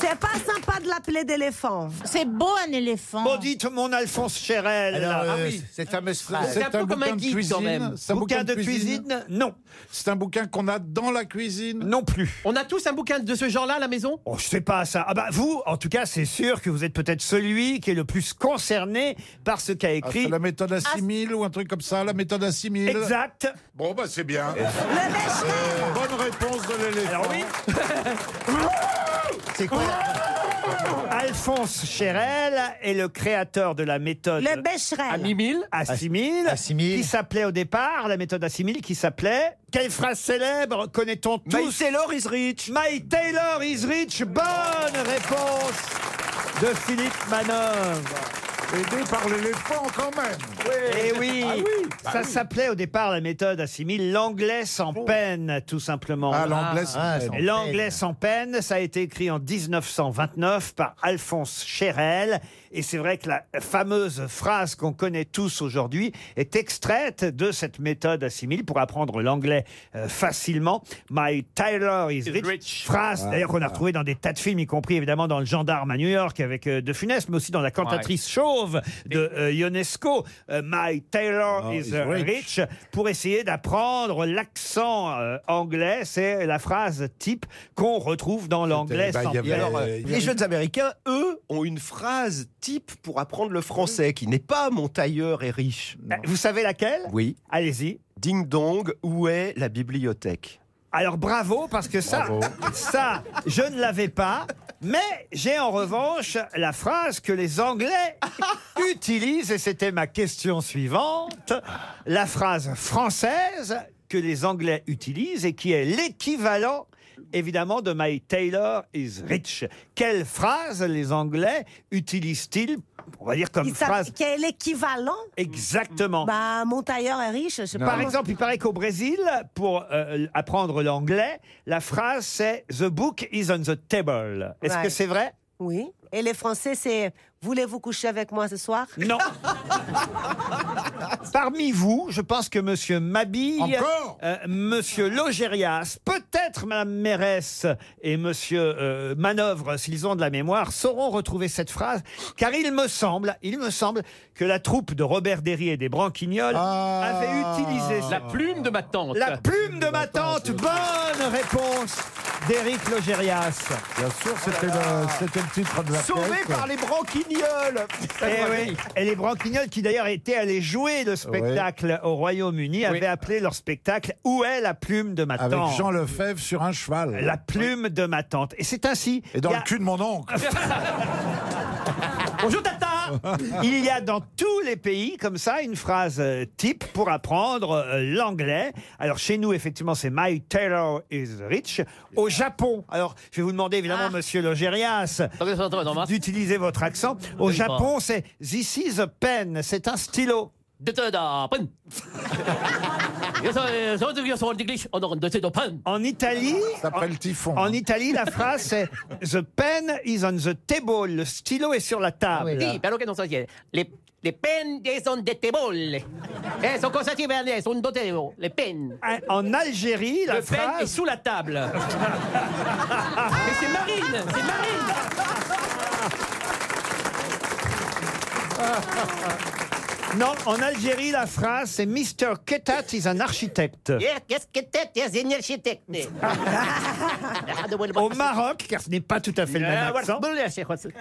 C'est pas sympa de l'appeler d'éléphant.
C'est beau un éléphant.
Bon, dites mon Alphonse Chérel.
Alors,
là.
euh,
Ah oui.
cette fameuse phrase.
C'est un peu comme un guide, quand même.
C'est un
Bouquin de cuisine, non.
C'est un bouquin qu'on a dans la cuisine.
Non plus.
On a tous un bouquin de ce genre-là à la maison
Oh, je sais pas ça. Ah bah vous, en tout cas, c'est sûr que vous êtes peut-être celui qui est le plus concerné par ce qu'a
Ah, c'est
écrit.
la méthode assimile ou un truc comme ça, la méthode assimile.
exact.
Bon, bah c'est bien.
Le Bechtel,
Bonne réponse de l'éléphant.
Alors oui,
C'est quoi
Alphonse Chérel est le créateur de la méthode.
le Becherel.
Mimile
Assimile,
Assimile.
qui s'appelait au départ, la méthode Assimile, qui s'appelait... Quelle phrase célèbre connaît-on tous
My Taylor is rich.
My Taylor is rich Bonne réponse de Philippe Manœuvre
Aidé par l'éléphant quand même. Ah
Eh oui, Ça s'appelait au départ, la méthode Assimile, l'anglais sans peine, tout simplement.
Oh. Ah, l'anglais.
Ah,
c'est-
sans
L'anglais
peine.
sans peine, ça a été écrit en 1929 par Alphonse Chérel. Et c'est vrai que la fameuse phrase qu'on connaît tous aujourd'hui est extraite de cette méthode assimile pour apprendre l'anglais euh, facilement. My Taylor is rich. Phrase d'ailleurs qu'on a retrouvée dans des tas de films, y compris évidemment dans Le Gendarme à New York avec euh, De Funès, mais aussi dans La cantatrice chauve de euh, Ionesco. Euh, My Taylor
Oh,
is
is rich.
uh, rich. Beach pour essayer d'apprendre l'accent euh, anglais. C'est la phrase type qu'on retrouve dans l'anglais.
bah,
sans
il y avait-
Et alors,
Euh,
euh,
il y a-
les jeunes Américains, eux, ont une phrase type pour apprendre le français qui n'est pas mon tailleur est riche.
peur. Vous savez laquelle
Bah, Oui.
Allez-y.
Ding dong, où est la bibliothèque
Alors bravo, parce que ça, ça, je ne l'avais pas. Mais j'ai en revanche la phrase que les Anglais utilisent, et c'était ma question suivante, la phrase française que les Anglais utilisent et qui est l'équivalent évidemment de My Taylor is rich. Quelle phrase les Anglais utilisent-ils on va dire comme
Ils savent
phrase
Quel est l'équivalent
exactement
Bah, mon tailleur est riche, je sais pas.
par exemple, il paraît qu'au Brésil, pour euh, apprendre l'anglais, la phrase c'est The book is on the table. Est-ce que
Ouais.
c'est vrai
Oui. Et les Français, c'est Voulez-vous coucher avec moi ce soir
Non. Parmi vous, je pense que Monsieur Mabille,
Encore
euh, Monsieur Logérias, peut-être Madame Mérès et Monsieur euh, Manœuvre, s'ils ont de la mémoire, sauront retrouver cette phrase, car il me semble, il me semble que la troupe de Robert Derry et des Branquignoles
Ah.
Ah.
avait utilisé
La plume de ma tante.
La plume de ma tante. Bonne réponse d'Éric Logérias.
Bien sûr, c'était le, c'était le titre de la
Sauvé
pièce.
par les branquignoles
Eh oui. Et les Branquignoles, qui d'ailleurs étaient allés jouer le spectacle au Royaume-Uni, avaient appelé leur spectacle Où est la plume de ma
Avec
tante
Jean Lefebvre sur un cheval.
La plume de ma tante. Et c'est ainsi.
Et dans
il y a-
le cul de mon oncle.
Bonjour Tata Il y a dans tous les pays comme ça une phrase euh, type pour apprendre euh, l'anglais. Alors chez nous effectivement c'est My Taylor is rich. Au Japon, alors je vais vous demander évidemment Monsieur Logérias d'utiliser votre accent. Au
Oui,
Japon c'est This is a pen, c'est un stylo.
Euh,
En Italie, en Italie, la phrase c'est The pen is on the table. Le stylo est sur la table.
ben
Sì, però che non so dire. Le, le penne sono dette bolle. Eh, sono cosa ci vede? Sono dette
oh,
bolle. Le penne.
En Algérie, la
Le pen
phrase
est sous la table.
Ah, Mais c'est Marine, c'est Marine.
Non, en Algérie, la phrase c'est Mr. Ketat is an architecte.
Eh,
Yes, yes, che te, yes, in architecte.
Au Maroc, car ce n'est pas tout à fait le
Ah,
même accent,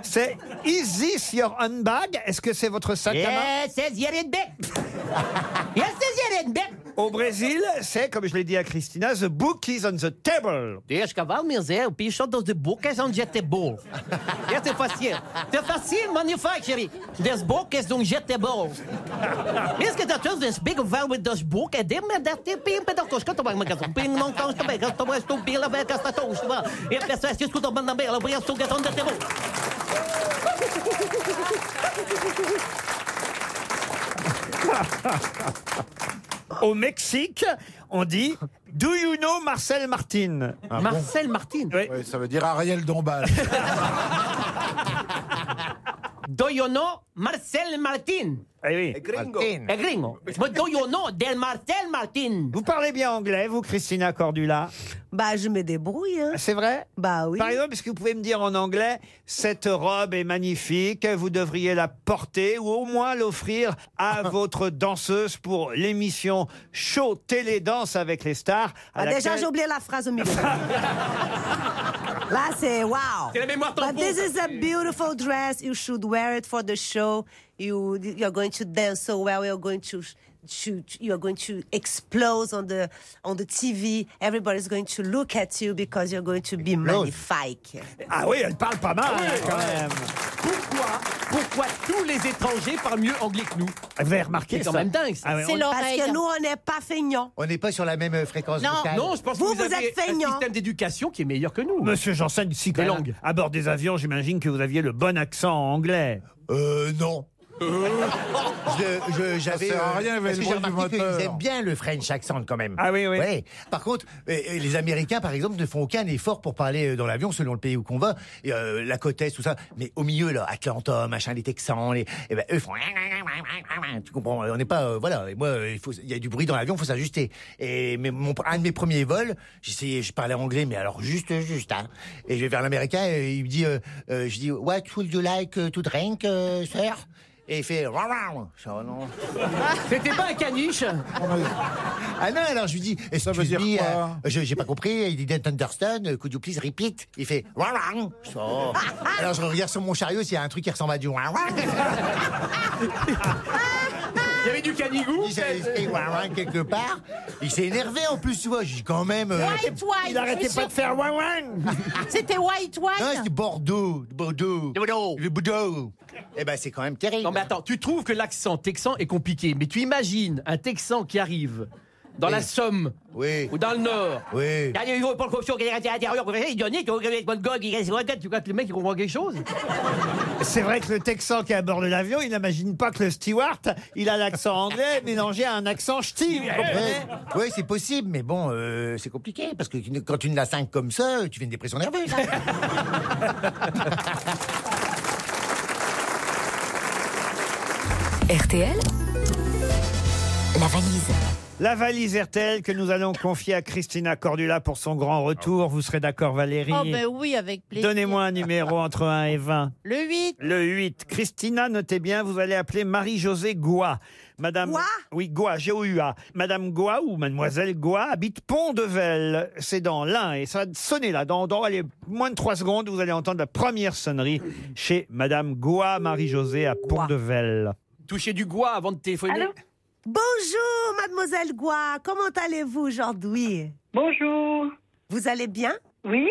c'est Is this your handbag Est-ce que c'est votre sac à main
Eh,
Yes, yes, yes, yes, yes, yes, yes,
Au Brésil, c'est, comme je l'ai dit à Christina, The book is on the table.
Deixa que vá ao museu, pichão dos de bocas é on jet ball. Yes, é fácil. C'est facile, manufacturing. Des bocas um on jet ball. Mesmo que tá as pessoas despegam, vão with dos bocas, é de me dar tempo, e pedal cosca, tomar uma casa, ping, não consta bem, eu tomo estupila, bem, casta toast, e a pessoa se escuta, manda bem, ela põe a suga, on jet ball.
Au Mexique, on dit Do you know Marcel Martin Ah
Marcel Martin
Oui, ça veut dire Ariel Dombal.
Do you know Marcel Martin?
Eh oui.
É gringo. É gringo. But do you know del Marcel Martin?
Vous parlez bien anglais, vous, Christina Cordula Ah,
Bah, je me débrouille. hein.
C'est vrai
Bah oui.
Par exemple, est-ce que vous pouvez me dire en anglais Cette robe est magnifique, vous devriez la porter ou au moins l'offrir à votre danseuse pour l'émission Show Télé Danse avec les stars. à
Ah, déjà,
laquelle-
j'ai oublié la phrase au milieu. Là, c'est wow.
C'est la mémoire tampon.
But this is a beautiful dress. You should wear it for the show. You you're going to dance so well. You're going to to you're going to explode on the on the TV. Everybody's going to look at you because you're going to be magnifique.
Ah oui, elle parle pas mal hein, quand même.
Pourquoi Pourquoi tous les étrangers parlent mieux anglais que nous
Vous avez remarqué
C'est quand
ça Ah
même dingue. ça. Ah
Parce que nous, on n'est pas feignants.
On n'est pas sur la même euh, fréquence vocale.
Non, je pense
Vous,
que vous,
vous
avez
êtes
un
feignants.
système d'éducation qui est meilleur que nous.
Monsieur Janssen, si
Des
quand
langues.
même, à bord des avions, j'imagine que vous aviez le bon accent anglais.
Euh, non. Je- je- J'avais.
Ça sert à
euh,
rien, mais
parce
le
que j'ai
bruit du
remarqué
moteur.
qu'ils aiment bien le French accent quand même.
Ah oui, oui.
Ouais. Par contre, euh, euh, les Américains, par exemple, ne font aucun effort pour parler euh, dans l'avion selon le pays où qu'on va, et, euh, la côte est, tout ça. Mais au milieu, là, Atlanta, machin, les Texans, les, eh ben, eux font. Tu comprends On n'est pas. euh, voilà. Et moi, euh, il faut, il y a du bruit dans l'avion, il faut s'ajuster. Et mais mon, un de mes premiers vols, j'essayais, je parlais anglais, mais alors juste, juste. Hein. Et je vais vers l'Américain, et il me dit, euh, euh, je dis, What would you like to drink, euh, sir et il fait. Rar, rar. Je dis, Oh non.
C'était pas un caniche
Ah non, alors je lui dis, ça
veut dire quoi
euh, J'ai pas compris. Il dit, Dent Understand, could you please repeat Il fait, Rar, rar. Je dis, Oh. Alors je regarde sur mon chariot s'il y a un truc qui ressemble à du. Rar, rar.
Il y avait du canigou
Il s'est inscrit, Rar, rar, quelque part. Il s'est énervé en plus, tu vois. Je dis, quand même. euh,
White wine.
Il arrêtait
je suis
pas de faire ouin ouin.
sûre- C'était white
Non, c'est
wine.
Bordeaux, Bordeaux. Le
Oh.
Bordeaux. Eh ben, c'est quand même terrible.
Non mais attends, tu trouves que l'accent texan est compliqué, mais tu imagines un texan qui arrive
dans la Somme, ou dans le Nord.
Oui.
Il y a des gens pour le corruption qui restent à l'intérieur, vous savez, ils donnent, ils ont regardé avec Gold, ils restent sur la tête, tu crois que le mec il comprend quelque chose
C'est vrai que le Texan qui aborde l'avion, il n'imagine pas que le steward, il a l'accent anglais mélangé à un accent ch'ti. vous comprenez
Oui, c'est possible, mais bon, euh, c'est compliqué parce que quand tu n'as 5 comme ça, tu fais une dépression nerveuse. hein.
RTL, la valise.
La valise RTL que nous allons confier à Christina Cordula pour son grand retour. Vous serez d'accord, Valérie
Oh, ben oui, avec plaisir.
Donnez-moi un numéro entre 1 et 20.
Le 8.
Le 8. Christina, notez bien, vous allez appeler Marie-Josée Goua. Madame, oui, Goua, G-O-U-A. Madame Goua ou Mademoiselle Goua habite Pont-de-Vel. C'est dans l'Ain et ça va sonner là. Dans, dans allez, moins de 3 secondes, vous allez entendre la première sonnerie chez Madame Goua, Marie-Josée à Pont-de-Vel.
Toucher du goût avant de téléphoner.
Bonjour, mademoiselle Gua. Comment allez-vous aujourd'hui Bonjour. Vous allez bien Oui.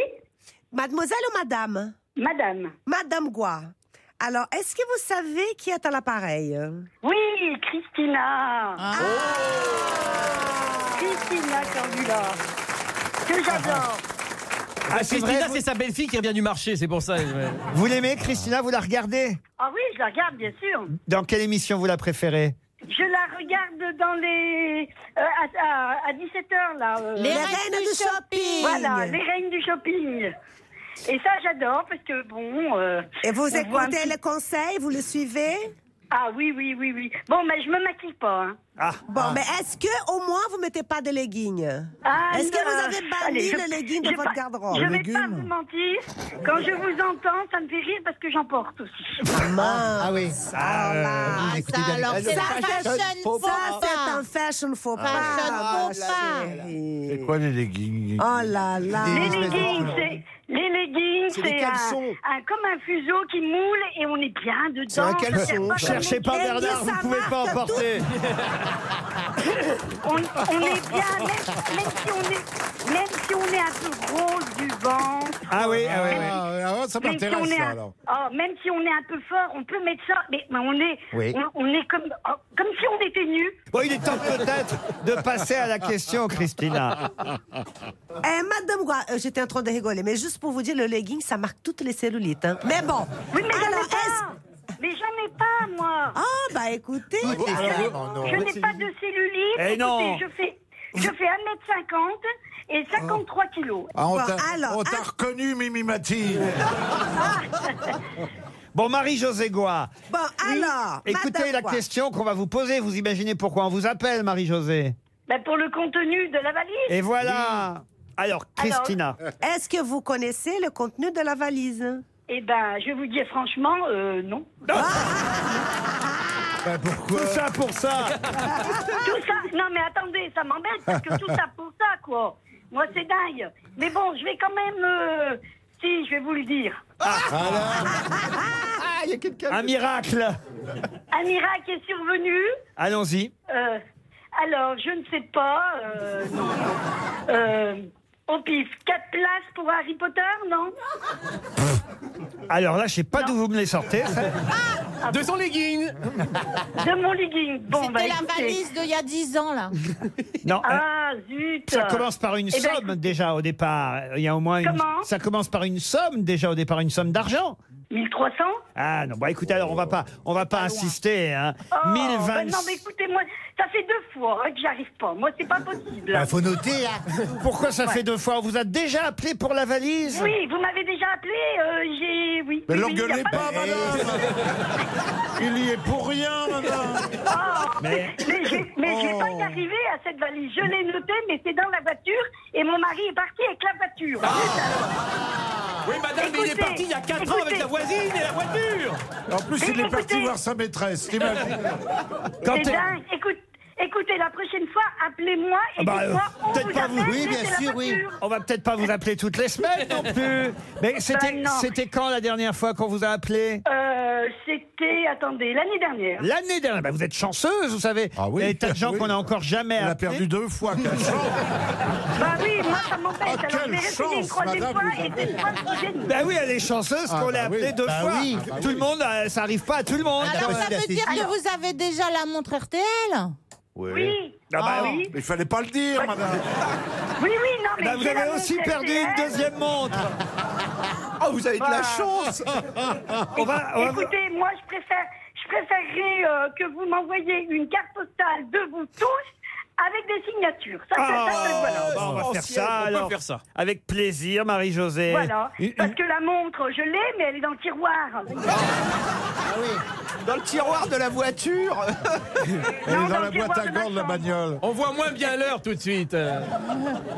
Mademoiselle ou madame Madame. Madame Gua. Alors, est-ce que vous savez qui est à l'appareil Oui, Christina.
Oh. Christina Cordula. Que j'adore.
Ah,
c'est
Christina,
vrai,
c'est sa belle-fille qui revient du marché, c'est pour ça.
Vous l'aimez, Christina Vous la regardez
Ah oui, je la regarde, bien sûr.
Dans quelle émission vous la préférez
Je la regarde dans les. euh, à, 17h, là. euh.
Les Les reines reines du du shopping. shopping.
Voilà, les reines du shopping. Et ça, j'adore parce que, bon. euh,
Et vous
on voit un
écoutez
petit-
les conseils Vous le suivez
Ah oui, oui, oui, oui. Bon, mais je me maquille pas. hein.
Ah.
Bon, mais est-ce que au moins vous mettez pas de leggings
Ah,
Est-ce que
non.
vous avez banni
Allez, je-
le legging
je
de
vais
votre
pas-
garde-robe
Je vais pas vous mentir. Quand je vous entends, ça me fait rire parce que j'en porte aussi.
Ah oui. Ah,
Ah, ça, alors, c'est un fashion faux
Ça,
pas.
c'est un fashion faux pas.
Fashion faux
Ah,
pas.
chérie.
C'est quoi les leggings
Oh là là.
Les leggings, c'est les leggings,
C'est des
c'est un,
caleçons.
un- comme un fuseau qui moule et on est bien dedans.
C'est un caleçon. Cherchez pas
Et
Bernard,
puis
vous
ça
pouvez pas
marque
en porter.
tout. on, on est bien, Ah, même, même si on est, même si on est un peu gros du ventre.
Ah oui, ah oui,
même
oui.
si-
Ah, ah, ça
même si
m'intéresse,
on est
ça,
un-
alors.
oh, même si on est un peu fort, on peut mettre ça, mais, mais on est,
Oui.
on, on est comme, oh, comme si on était nus.
Bon, il est temps peut-être de passer à la question, Christina.
Ah.
Eh, madame, Gua- euh, j'étais en train de rigoler, mais juste pour vous dire, le legging, ça marque toutes les cellulites. hein. Mais bon.
Oui, mais j'en ai pas. Mais j'en ai pas, moi.
Ah, bah écoutez.
Je n'ai- je n'ai pas de cellulite.
Eh
Écoutez,
non.
Je fais, je fais 1m50 et 53 kilos.
Ah, on
Bon,
t'a
alors,
on t'a reconnu, Mimi Mati.
Bon, Marie-Josée Goua.
Bon, alors,
Écoutez
Madame
la
Goua.
question qu'on va vous poser. Vous imaginez pourquoi on vous appelle, Marie-Josée
ben, pour le contenu de la valise.
Et voilà. Alors, Christina.
Est-ce que vous connaissez le contenu de la valise
Eh ben, je vais vous dire franchement, euh, non.
Tout ça pour ça.
tout ça, non mais attendez, ça m'embête parce que tout ça pour ça, quoi. Moi, c'est dingue. Mais bon, je vais quand même... euh, si, je vais vous le dire. Ah, il y a quelqu'un...
Un miracle.
Un miracle est survenu.
Allons-y.
Euh, alors, je ne sais pas. euh, non, non. Euh, au pif, 4 places pour Harry Potter, non
Alors là, je sais pas d'où vous me les sortez.
De son legging
Ah De mon legging. Bon, bah,
C'était la
écoutez.
valise d'il y a 10 ans, là.
Non. euh,
Ah, zut
Ça commence par une
Eh ben,
somme déjà au départ. Il y a au moins une...
Comment
ça commence par une somme déjà au départ, une somme d'argent.
1300
Ah non, bah écoutez, alors on va pas, on va pas insister. Hein.
Oh, bah
1020.
non, mais écoutez, moi, ça fait deux fois hein, que j'arrive pas. Moi, c'est pas possible.
Bah, faut noter, Pourquoi ça
hein. Ouais.
fait deux fois On vous a déjà appelé pour la valise
Oui, vous m'avez déjà appelé, euh, j'ai... Oui,
Mais
oui,
l'engueulez
oui, y a
pas,
de-
Il y est pour rien, madame. Oh.
Oh, mais j'ai- mais je vais pas y arriver à cette valise. Je l'ai notée, mais c'est dans la voiture et mon mari est parti avec la voiture.
Ah.
Ah.
Oui, madame, mais il est
Écoutez,
parti il y a 4 ans avec
écoutez.
la voisine et la voiture
En plus, il est parti voir sa maîtresse, t'imagines
C'est dingue. Eh ben, Écoute, écoutez, la prochaine fois, appelez-moi et
Ah bah,
dites-moi,
euh,
on
peut-être
vous
pas
appelle,
vous.
mais c'est la voiture.
On va peut-être pas vous appeler toutes les semaines non plus. Mais c'était,
Bah, non.
c'était quand la dernière fois qu'on vous a appelé
Euh, C'était, attendez, l'année dernière.
L'année dernière. Bah, vous êtes chanceuse, vous savez.
Ah
Il y a des tas de gens qu'on a encore jamais
Elle a
appelés.
perdu deux fois, quelle
Bah oui, moi, ça m'embête.
Ah,
Alors, je vais
quelle
répéter une
chance,
troisième
madame,
fois
vous
et cette fois, je vous ai dit.
Ben oui, elle est chanceuse
Ah,
qu'on l'ait
bah oui.
appelée deux
Bah
fois.
oui. Ah, bah
Tout le monde, euh, ça arrive pas à tout le monde.
Alors, ça veut dire que vous avez déjà la montre RTL
Oui.
Ah bah non.
Il fallait pas le dire, madame.
Oui, oui, non, mais.
Bah, vous
j'ai la
avez
même
aussi perdu
CPF.
une deuxième montre.
Ah, vous avez de la chance.
on va, on va-
Écoutez, moi, je préfère, je préférerais euh, que vous m'envoyiez une carte postale de vous tous avec des signatures. Ça, ça, ça, ça, ben voilà.
bah, on va faire
Ancienne,
ça,
on peut
alors.
faire ça.
Avec plaisir, Marie-Josée.
Voilà.
Une-
Parce que la montre, je l'ai, mais elle est dans le tiroir.
Dans le tiroir de la voiture
Elle est dans la boîte à gants de la bagnole.
On voit moins bien l'heure tout de suite. euh.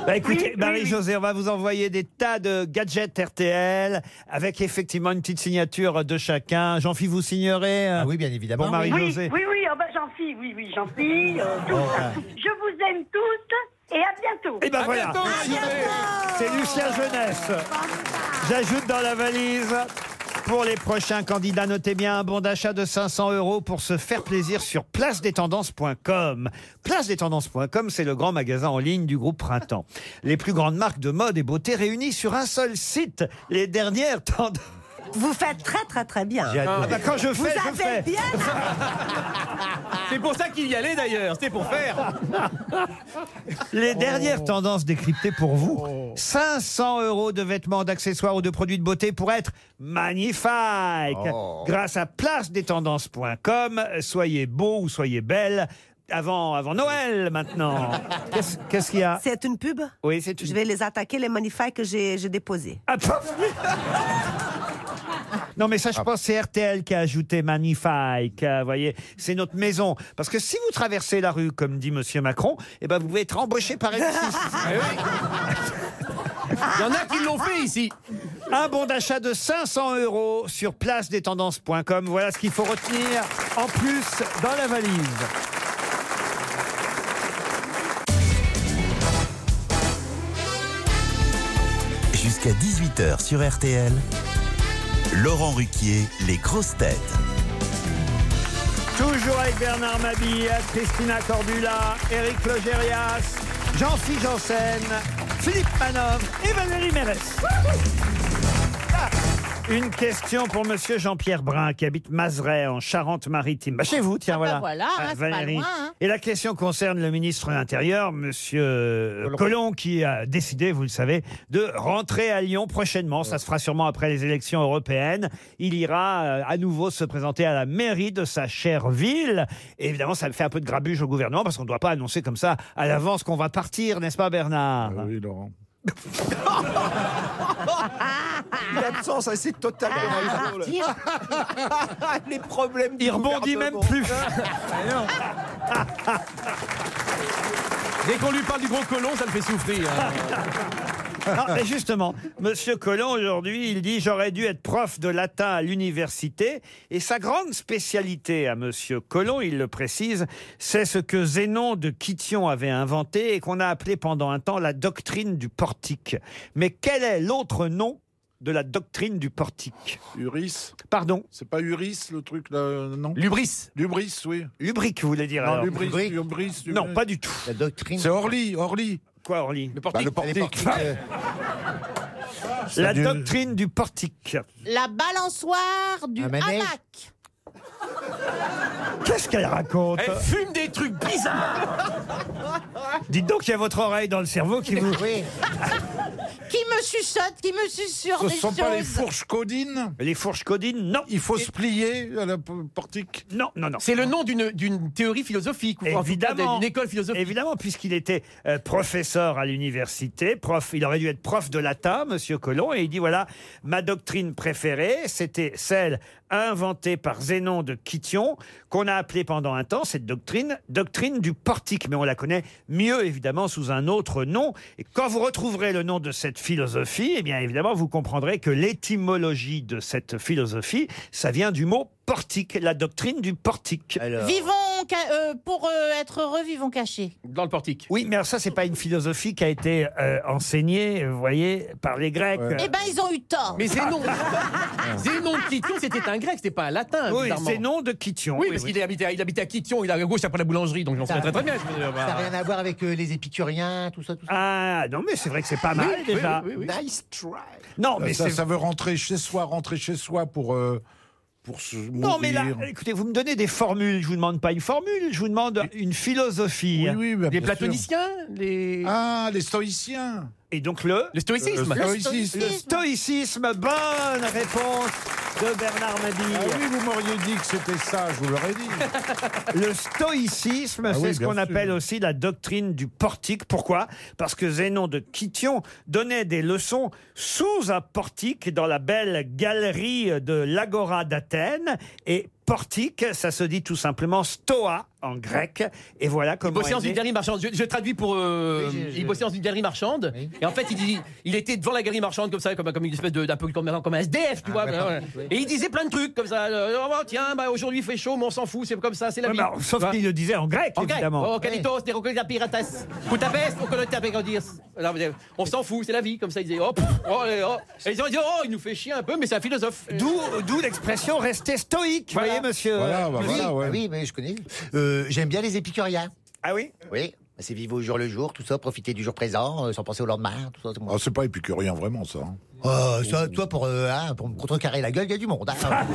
Bah écoutez, Marie-Josée, on va vous envoyer des tas de gadgets RTL avec effectivement une petite signature de chacun. jean philippe vous signerez Ah
oui, bien évidemment.
Pour
Oui,
Marie-Josée.
oui, oui, ah bah, j'en suis, oui, oui, j'en suis. euh, tout ça. Je vous aime tous et à bientôt.
Et ben voilà. C'est Lucien Jeunesse. J'ajoute dans la valise. Pour les prochains candidats, notez bien un bon d'achat de 500 euros pour se faire plaisir sur placedestendances.com. Placedestendances.com, c'est le grand magasin en ligne du groupe Printemps. Les plus grandes marques de mode et beauté réunies sur un seul site. Les dernières tendances.
Vous faites très très très bien.
J'ai adoré. Ah bah, quand je
Vous
fais, je
avez
fais.
bien
C'est pour ça qu'il y allait d'ailleurs, c'était pour faire.
Les dernières tendances décryptées pour vous. 500 euros de vêtements, d'accessoires ou de produits de beauté pour être magnifique. Grâce à placedestendances.com, soyez beau ou soyez belle. Avant, avant Noël, maintenant. Qu'est-ce qu'est-ce qu'il y a
C'est une pub
Oui, c'est une-
Je vais les attaquer, les magnifiques que j'ai j'ai déposés.
Ah, paf Non, mais ça, je pense, c'est RTL qui a ajouté Magnifique. Vous voyez, c'est notre maison. Parce que si vous traversez la rue, comme dit Monsieur Macron, eh ben, vous pouvez être embauché par
Ah.
M6.
Il y en a qui l'ont fait ici.
Un bon d'achat de 500 euros sur placedestendances.com. Voilà ce qu'il faut retenir en plus dans la valise.
Jusqu'à 18h sur RTL, Laurent Ruquier, les grosses têtes.
Toujours avec Bernard Mabille, Christina Cordula, Eric Logérias, Jean-Philippe Janssen, Philippe Manov et Valérie Mérès. Une question pour Monsieur Jean-Pierre Brun qui habite Mazeray en Charente-Maritime. Bah, chez vous, tiens,
Ah bah
voilà.
voilà, hein, c'est pas loin, hein.
Et la question concerne le ministre de l'Intérieur, Monsieur Colomb, qui a décidé, vous le savez, de rentrer à Lyon prochainement. Ça se fera sûrement après les élections européennes. Il ira euh, à nouveau se présenter à la mairie de sa chère ville. Et évidemment, ça fait un peu de grabuge au gouvernement parce qu'on ne doit pas annoncer comme ça à l'avance qu'on va partir, n'est-ce pas, Bernard
Ah Oui, Laurent.
L'absence, ça, hein, c'est totalement
Ah,
drôle. Les problèmes du
Il rebondit même
gouvernement.
plus.
Dès qu'on lui parle du gros colon, ça le fait souffrir. hein.
Non, mais justement, Monsieur Collomb, aujourd'hui, il dit J'aurais dû être prof de latin à l'université. Et sa grande spécialité à Monsieur Collomb, il le précise, c'est ce que Zénon de Kition avait inventé et qu'on a appelé pendant un temps la doctrine du portique. Mais quel est l'autre nom de la doctrine du portique
Uris.
Pardon
C'est pas Uris, le truc, là, non
Lubris.
Lubris, oui.
Lubrique, vous voulez dire
Non,
alors.
Lubris, Lubris, Lubris.
Non, pas du tout.
La doctrine.
C'est Orly, Orly.
Quoi, Orly
Le portique.
Bah, le portique, euh,
La
du-
doctrine du portique.
La balançoire du
Un manège.
hamac.
Qu'est-ce qu'elle raconte
Eh,
Elle fume des trucs bizarres.
Dites donc, il y a votre oreille dans le cerveau qui vous.
Oui.
Qui me suçote, qui me susurre
Ce
des
sont
choses.
pas les fourches codines
Les fourches codines, non.
Il faut se plier à la p- portique.
Non, non, non.
C'est le nom d'une- d'une théorie philosophique, ou en tout cas
Évidemment.
d'une école philosophique.
Évidemment, puisqu'il était euh, professeur à l'université, prof, il aurait dû être prof de latin, Monsieur Colomb, et il dit voilà, ma doctrine préférée, c'était celle inventée par Zénon de Kition, qu'on a appelée pendant un temps cette doctrine, doctrine du portique, mais on la connaît mieux évidemment sous un autre nom. Et quand vous retrouverez le nom de cette philosophie, eh bien évidemment, vous comprendrez que l'étymologie de cette philosophie, ça vient du mot portique, la doctrine du portique.
Vivons ca- euh, pour euh, être heureux, vivons cachés.
Dans le portique.
Oui, mais alors ça, c'est pas une philosophie qui a été euh, enseignée, vous voyez, par les Grecs.
Eh ben, ils ont eu tort.
Mais Zénon.
Ah.
Zénon de Kition, c'était un grec, c'était pas un latin.
oui,
bizarrement.
c'est nom de Kition.
Oui, parce qu'il habitait, il habitait à Kition, il est à gauche après la boulangerie, donc j'en sais très très bien. Je veux dire, bah,
Ça n'a rien à voir avec euh, les épicuriens, tout ça, tout ça.
Ah, non, mais c'est vrai que c'est pas
oui,
mal,
oui,
déjà.
oui, oui, oui.
Ah.
Non, mais
ça,
c'est...
ça veut rentrer chez soi, rentrer chez soi pour, euh,
pour se mourir.
Non, mais là, écoutez, vous me donnez des formules. Je vous demande pas une formule, je vous demande une philosophie.
Oui, oui, bah,
les
bien sûr.
platoniciens les...
Ah, les stoïciens
Et donc le Le
stoïcisme. Le stoïcisme.
Le stoïcisme. Bonne réponse de Bernard Mabille.
Ah oui, vous m'auriez dit que c'était ça, je vous l'aurais dit.
Le stoïcisme,
Ah
c'est
oui,
ce
bien
qu'on
sûr.
appelle aussi la doctrine du portique. Pourquoi Parce que Zénon de Kition donnait des leçons sous un portique dans la belle galerie de l'Agora d'Athènes. Et portique, ça se dit tout simplement stoa en grec. Et voilà
Il
comment.
bossait dans
est
une
né-
galerie marchande. Je, je traduis pour. euh, il bossait dans une galerie marchande. Et en fait, il, dit- il était devant la galerie marchande comme ça, comme, comme une espèce de- d'un peu comme, comme un SDF, tu vois.
Ah, ouais,
voilà, voilà.
oui.
Et il disait plein de trucs comme ça. euh, Oh, tiens, bah, aujourd'hui il fait chaud, mais on s'en fout, c'est comme ça, c'est la
Ouais,
vie.
bah, sauf qu'il le disait en grec,
En grec.
évidemment.
Oh, Kalitos, des recueils de la pirates. Coutapest, on connaît la pégrandise. Alors, vous savez, euh, On s'en fout, c'est la vie. Comme ça, il disait. Oh, pff, oh, allez, oh. Et ils ont dit, oh, il nous fait chier un peu, mais c'est un philosophe.
D'où d'où l'expression rester stoïque,
Voilà.
voyez, monsieur. euh,
Voilà, bah,
oui,
voilà, ouais.
bah oui, mais je connais. Euh, J'aime bien les épicuriens.
Ah oui
Oui. C'est vivre au jour le jour, tout ça, profiter du jour présent, euh, sans penser au lendemain, tout ça. tout le
Ah,
monde.
c'est pas épicurien vraiment ça. hein.
Oh, ça, toi, pour, euh, hein, pour me contrecarrer la gueule, il y a du monde. hein.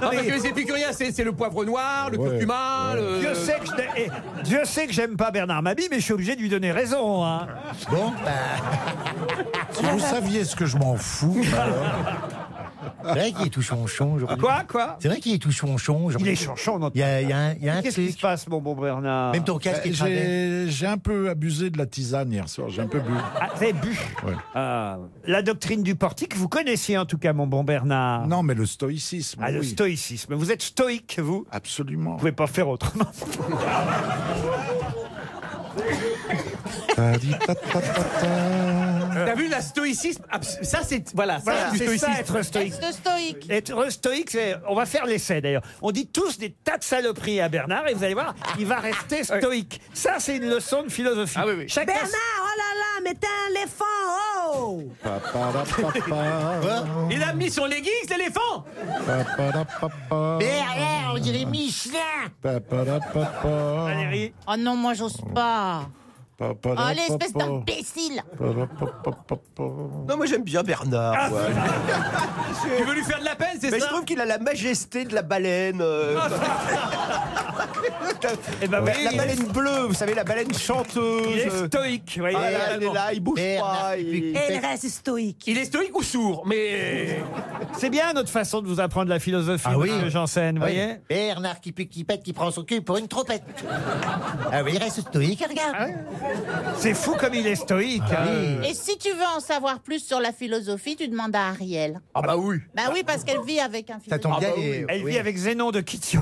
Non, parce que les épicuriens, c'est c'est le poivre noir, le curcuma. le-
Dieu sait que je n'ai- eh, Dieu sait que j'aime pas Bernard Mabie, mais je suis obligé de lui donner raison. hein.
bon,
Si vous saviez ce que je m'en fous.
C'est vrai qu'il est tout chonchon aujourd'hui.
Quoi, quoi
C'est vrai qu'il est tout chonchon
Il
aujourd'hui.
est chanchant, notre
Il y a, il y a un, il y a un
Qu'est-ce qui
truc.
se passe, mon bon Bernard
Même ton
Euh,
casque est cramé.
J'ai j'ai un peu abusé de la tisane hier soir, j'ai un peu bu.
Ah, vous avez bu
Ouais.
Ah, La doctrine du portique, vous connaissiez en tout cas, mon bon Bernard.
Non, mais le stoïcisme.
Ah, le
oui.
stoïcisme. Vous êtes stoïque, vous
Absolument.
Vous pouvez pas faire autrement.
Ta-di-ta-ta-ta-ta.
T'as vu la stoïcisme abs- Ça, c'est. Voilà, ça,
Voilà,
du
c'est ça,
stoïcisme.
être stoïque.
Est-ce stoïque
Être stoïque, c'est- on va faire l'essai d'ailleurs. On dit tous des tas de saloperies à Bernard et vous allez voir, il va rester stoïque. Ça, c'est une leçon de philosophie.
Ah oui, oui.
Chacun-
Bernard, oh là là, mais t'es un éléphant, oh
Pa-pa-da-pa-pa.
Hein? Il a mis son leggings, l'éléphant
Pa-pa-da-pa-pa.
Bernard, on dirait Michelin
Pa-pa-da-pa-pa.
Valérie,
Oh non, moi j'ose pas. Oh,
Pa-pa-da-pa-pa.
l'espèce d'imbécile
Pa-da-pa-pa-pa-pa.
Non, moi j'aime bien
Ah,
Bernard. ouais.
Tu veux lui faire de la peine, c'est
Mais je
ça
trouve qu'il a la majesté de la baleine. euh,
eh ben,
la,
oui,
la
il est-
baleine bleue, vous savez, la baleine
il est
chanteuse.
stoïque. vous voyez.
Ah, là, elle est là, il bouge pas. il-
Et il reste stoïque.
Il est stoïque ou sourd Mais.
C'est bien notre façon de vous apprendre la philosophie,
Ah oui.
monsieur Janssen, vous
Oui.
voyez
Bernard qui, pue, qui pète, qui prend son cul pour une trompette. ah oui, il reste stoïque, regarde.
Ah C'est fou comme il est stoïque. hein.
Ah Et si tu veux en savoir plus sur la philosophie, tu demandes à Ariel.
Ah bah oui.
Bah oui, parce qu'elle vit avec un
Ça tombe
philosophe.
bien. les-
Ah bah Elle
oui.
vit avec Zénon de Kitio.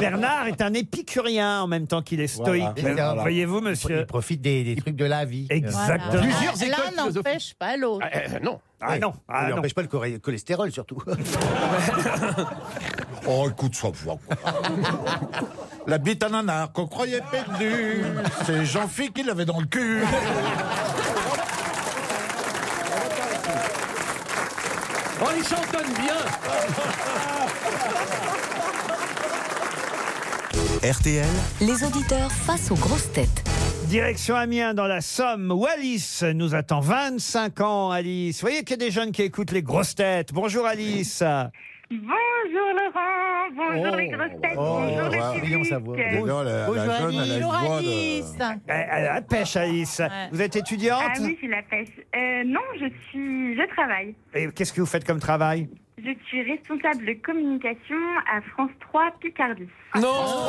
Bernard est un épicurien en même temps qu'il est stoïque.
Voilà. Voilà.
Voyez-vous,
Il
monsieur
profite des, des trucs de la vie.
Exact.
Voilà.
Plusieurs
L'un-
écoles
L'un
philosophiques.
n'empêche pas l'autre.
Ah, euh, non.
Ah non, ah
Ah,
non.
n'empêche pas le choré- cholestérol surtout.
Oh, écoute, sois fou. La bite à nanar qu'on croyait perdue, c'est Jean-Fi qui l'avait dans le cul.
Oh, il chantonne bien
RTL,
Les auditeurs face aux grosses têtes.
Direction Amiens dans la Somme où Alice nous attend. 25 ans, Alice. Vous voyez qu'il y a des jeunes qui écoutent les grosses têtes. Bonjour, Alice.
Bonjour Laurent, bonjour
Oh,
les grosses têtes, bonjour le public.
Déjà, la, la
Bonjour
jeune, elle a une
Bonjour
voix de-
Alice.
Elle, elle a la pêche, Alice.
Ouais.
Euh, Vous êtes étudiante
Ah oui, j'ai la pêche. Euh, non, je suis, je travaille.
Et qu'est-ce que vous faites comme travail
Je suis responsable de communication à France 3 Picardie.
Ah,
Oh.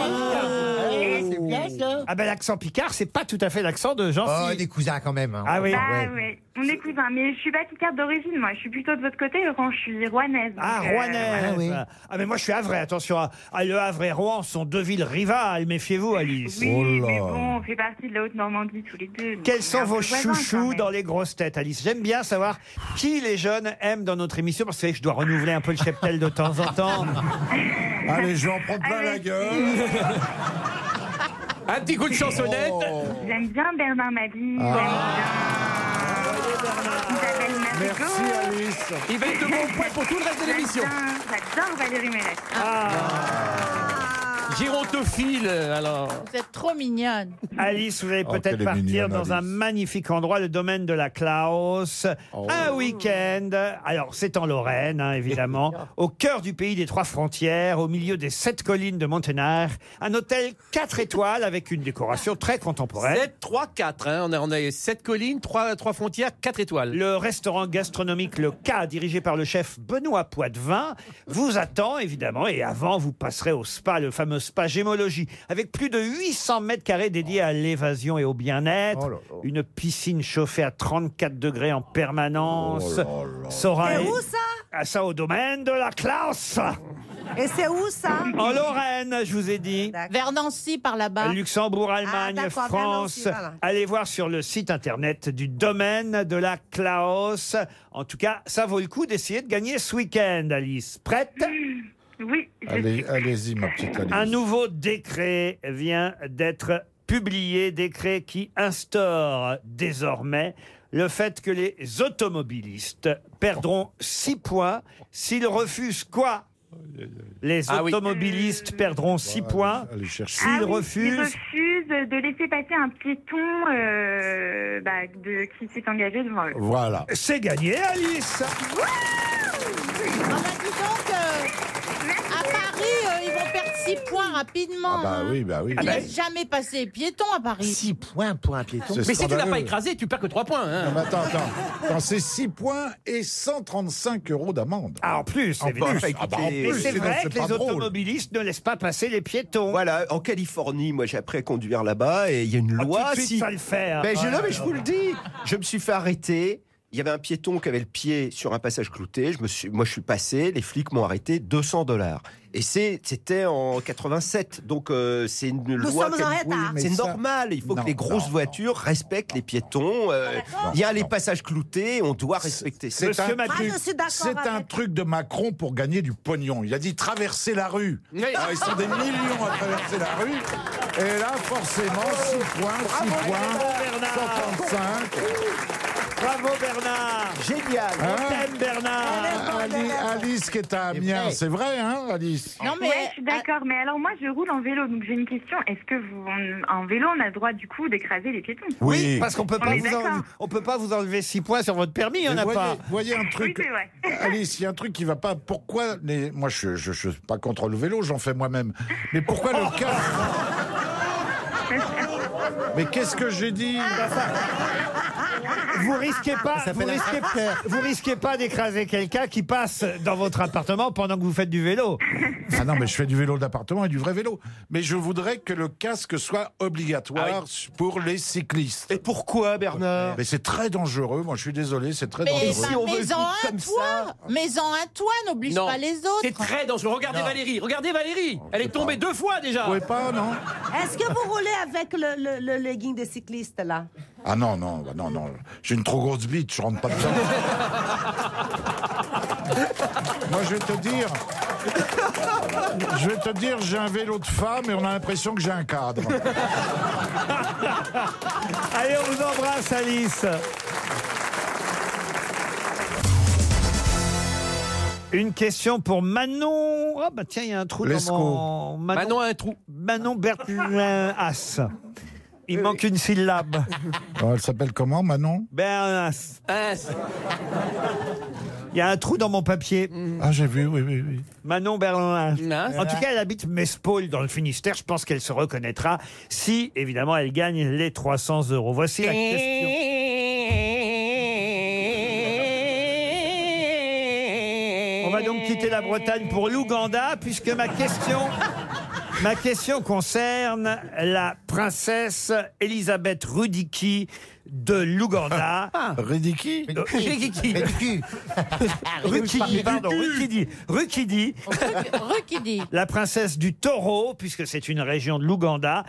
Eh,
c'est bien ça.
Ah ben l'accent picard, c'est pas tout à fait l'accent de jean
Oh, des cousins quand même. hein.
Ah oui.
Bah ouais, on est cousins, mais je suis pas picarde d'origine, moi. Je suis plutôt de votre côté, Laurent. Je suis rouennaise.
Ah,
donc, euh,
Rouennaise.
Ah oui.
Ah, mais moi, je suis à Havrais, attention. à- à Le Havre et Rouen sont deux villes rivales, méfiez-vous, Alice.
Oui,
Oh là.
mais bon, on fait partie de la Haute-Normandie tous les deux. donc
Quels
on est
sont
un
vos
peu voisins, quand
chouchous
même.
dans les grosses têtes, Alice J'aime bien savoir qui les jeunes aiment dans notre émission, parce que vous savez que je dois renouveler un peu le cheptel de temps en temps.
Allez, Ah, je vais en prendre plein la gueule.
Un petit coup de chansonnette
Oh.
J'aime bien Bernard Mabie. J'aime bien Isabelle Mergo.
Ah. Merci, Alice.
Il va être de bon point pour tout le reste de l'émission.
J'adore Valérie Mélec.
Ah,
Giron te file, alors.
Vous êtes trop mignonne.
Alice, vous allez
Oh,
peut-être
qu'elle est
partir
mignonne,
dans un
Alice. Oh.
magnifique endroit, le domaine de la Klaus. Un week-end. Alors, c'est en Lorraine, hein, évidemment. au cœur du pays des trois frontières, au milieu des sept collines de Montenard. Un hôtel 4 étoiles avec une décoration très contemporaine.
7, 3, 4. hein. On, a, on a 7 collines, 3, frontières, 4 étoiles.
Le restaurant gastronomique Le K, dirigé par le chef Benoît Poitvin, vous attend évidemment. Et avant, vous passerez au spa, le fameux spa Gémologie, avec plus de 800 mètres carrés dédiés à l'évasion et au bien-être. Une piscine chauffée à 34 degrés en permanence. Sora
C'est
et-
où ça
Ah, ça au domaine de la classe
Et c'est où ça
En Lorraine, je vous ai dit.
Vers Nancy, par là-bas.
Luxembourg, Allemagne,
Bah. Ah, d'accord, vers
France.
Nancy, voilà.
Allez voir sur le site internet du domaine de la Klaus. En tout cas, ça vaut le coup d'essayer de gagner ce week-end, Alice. Prête
Oui.
Allez, allez-y, ma petite Alice.
Un nouveau décret vient d'être publié, décret qui instaure désormais le fait que les automobilistes perdront 6 points s'ils refusent quoi Les
Ah oui.
automobilistes perdront 6 points
Ah
s'ils
oui, Il
refusent
refuse de laisser passer un piéton euh, bah, de, qui s'est engagé devant eux.
Voilà.
C'est gagné, Alice
Donc, euh, à Paris, euh, ils vont perdre 6 points rapidement.
Ah bah
hein.
oui, bah oui.
Il
Ah
n'a
bah-
jamais passé les piétons à Paris.
6 points pour un piéton.
Mais si tu l'as pas
scandaleux.
écrasé, tu perds que 3 points. hein.
Non, mais attends, attends. Attends, c'est 6 points et 135 euros d'amende.
Ah, en plus,
en
évidemment.
plus. Ah bah, en
Mais
plus,
c'est
sinon,
vrai
c'est
que les
pas drôle.
automobilistes ne laissent pas passer les piétons.
Voilà, en Californie, moi j'ai appris à conduire là-bas et il y a une
Ah,
loi.
tout de suite, ça le fait, hein.
Ben, je,
Ouais,
non, mais
ouais,
je vous le dis, je me suis fait arrêter. Il y avait un piéton qui avait le pied sur un passage clouté. Je me suis, moi, je suis passé. Les flics m'ont arrêté 200 dollars. Et c'est- c'était en 87. Donc, euh, c'est une loi.
sommes
qui-
en
Oui,
retard.
mais C'est
ça-
normal. Il faut
Non,
que les grosses
non,
voitures respectent les piétons.
Ah,
euh, il y a les passages cloutés. On doit respecter ça.
C'est un, truc-
Ah,
Ah,
c'est un truc de Macron pour gagner du pognon. Il a dit traverser la rue. Ah, ils sont des millions à traverser la rue. Et là, forcément, 6 points, 6 points, 135.
Bravo Bernard
Génial
Hein
On t'aime Bernard
Ali- Alice qui est à Amiens, c'est vrai, hein, Alice
Ouais, je suis d'accord. Mais alors moi, je roule en vélo, donc j'ai une question. Est-ce que vous, on- en vélo, on a le droit du coup d'écraser les piétons
Oui, parce qu'on peut pas
est
vous
d'accord.
en- on peut pas vous enlever 6 points sur votre permis, il y en
Mais
a
voyez,
pas.
Voyez un truc.
Ah Oui, c'est vrai.
Alice, il y a un truc qui va pas. Pourquoi les- Moi, je, je, je suis pas contre le vélo, j'en fais moi-même. Mais pourquoi
Oh.
le casque Mais qu'est-ce que j'ai dit
Ah.
Vous risquez pas,
Ça
vous
s'appelle un
risquez, vous risquez pas d'écraser quelqu'un qui passe dans votre appartement pendant que vous faites du vélo.
Ah non, mais je fais du vélo d'appartement et du vrai vélo. Mais je voudrais que le casque soit obligatoire
Ah
pour les cyclistes. Et
pourquoi, Bernard
Mais c'est très dangereux. Moi, je suis désolé, c'est très
Mais
dangereux.
bah, mets-en un toi Mets-en un toi, n'oblige
Non.
pas les autres.
C'est très dangereux. Regardez
Non. Oh,
Valérie, regardez Valérie. Elle est tombée deux fois déjà.
Vous pouvez pas, non
Est-ce que vous roulez avec le, le, le legging des cyclistes, là
Ah non, non, bah non, non. J'ai une trop grosse bite, je rentre pas dedans. Moi, je vais te dire. Je vais te dire, j'ai un vélo de femme et on a l'impression que j'ai un cadre.
Allez, on vous embrasse Alice. Une question pour Manon. Ah bah tiens, il y a un trou
Lescaut.
dans mon...
Manon
a un trou. Manon Bertlin-As. Il manque une syllabe.
Alors, Oh, elle s'appelle comment, Manon
Bernas. Il y a un trou dans mon papier.
Ah, j'ai vu, oui, oui, oui.
Manon Berlin. En tout cas, elle habite Mespaul dans le Finistère. Je pense qu'elle se reconnaîtra si, évidemment, elle gagne les 300 euros. Voici la question. On va donc quitter la Bretagne pour l'Ouganda, puisque ma question, ma question concerne la princesse Elisabeth Rudicki de l'Ouganda. Euh,
Rudicki
Rudicki.
Rudicki.
Rudicki, pardon. Rudicki. Rudicki.
Rukidi.
La princesse du taureau, puisque c'est une région de l'Ouganda,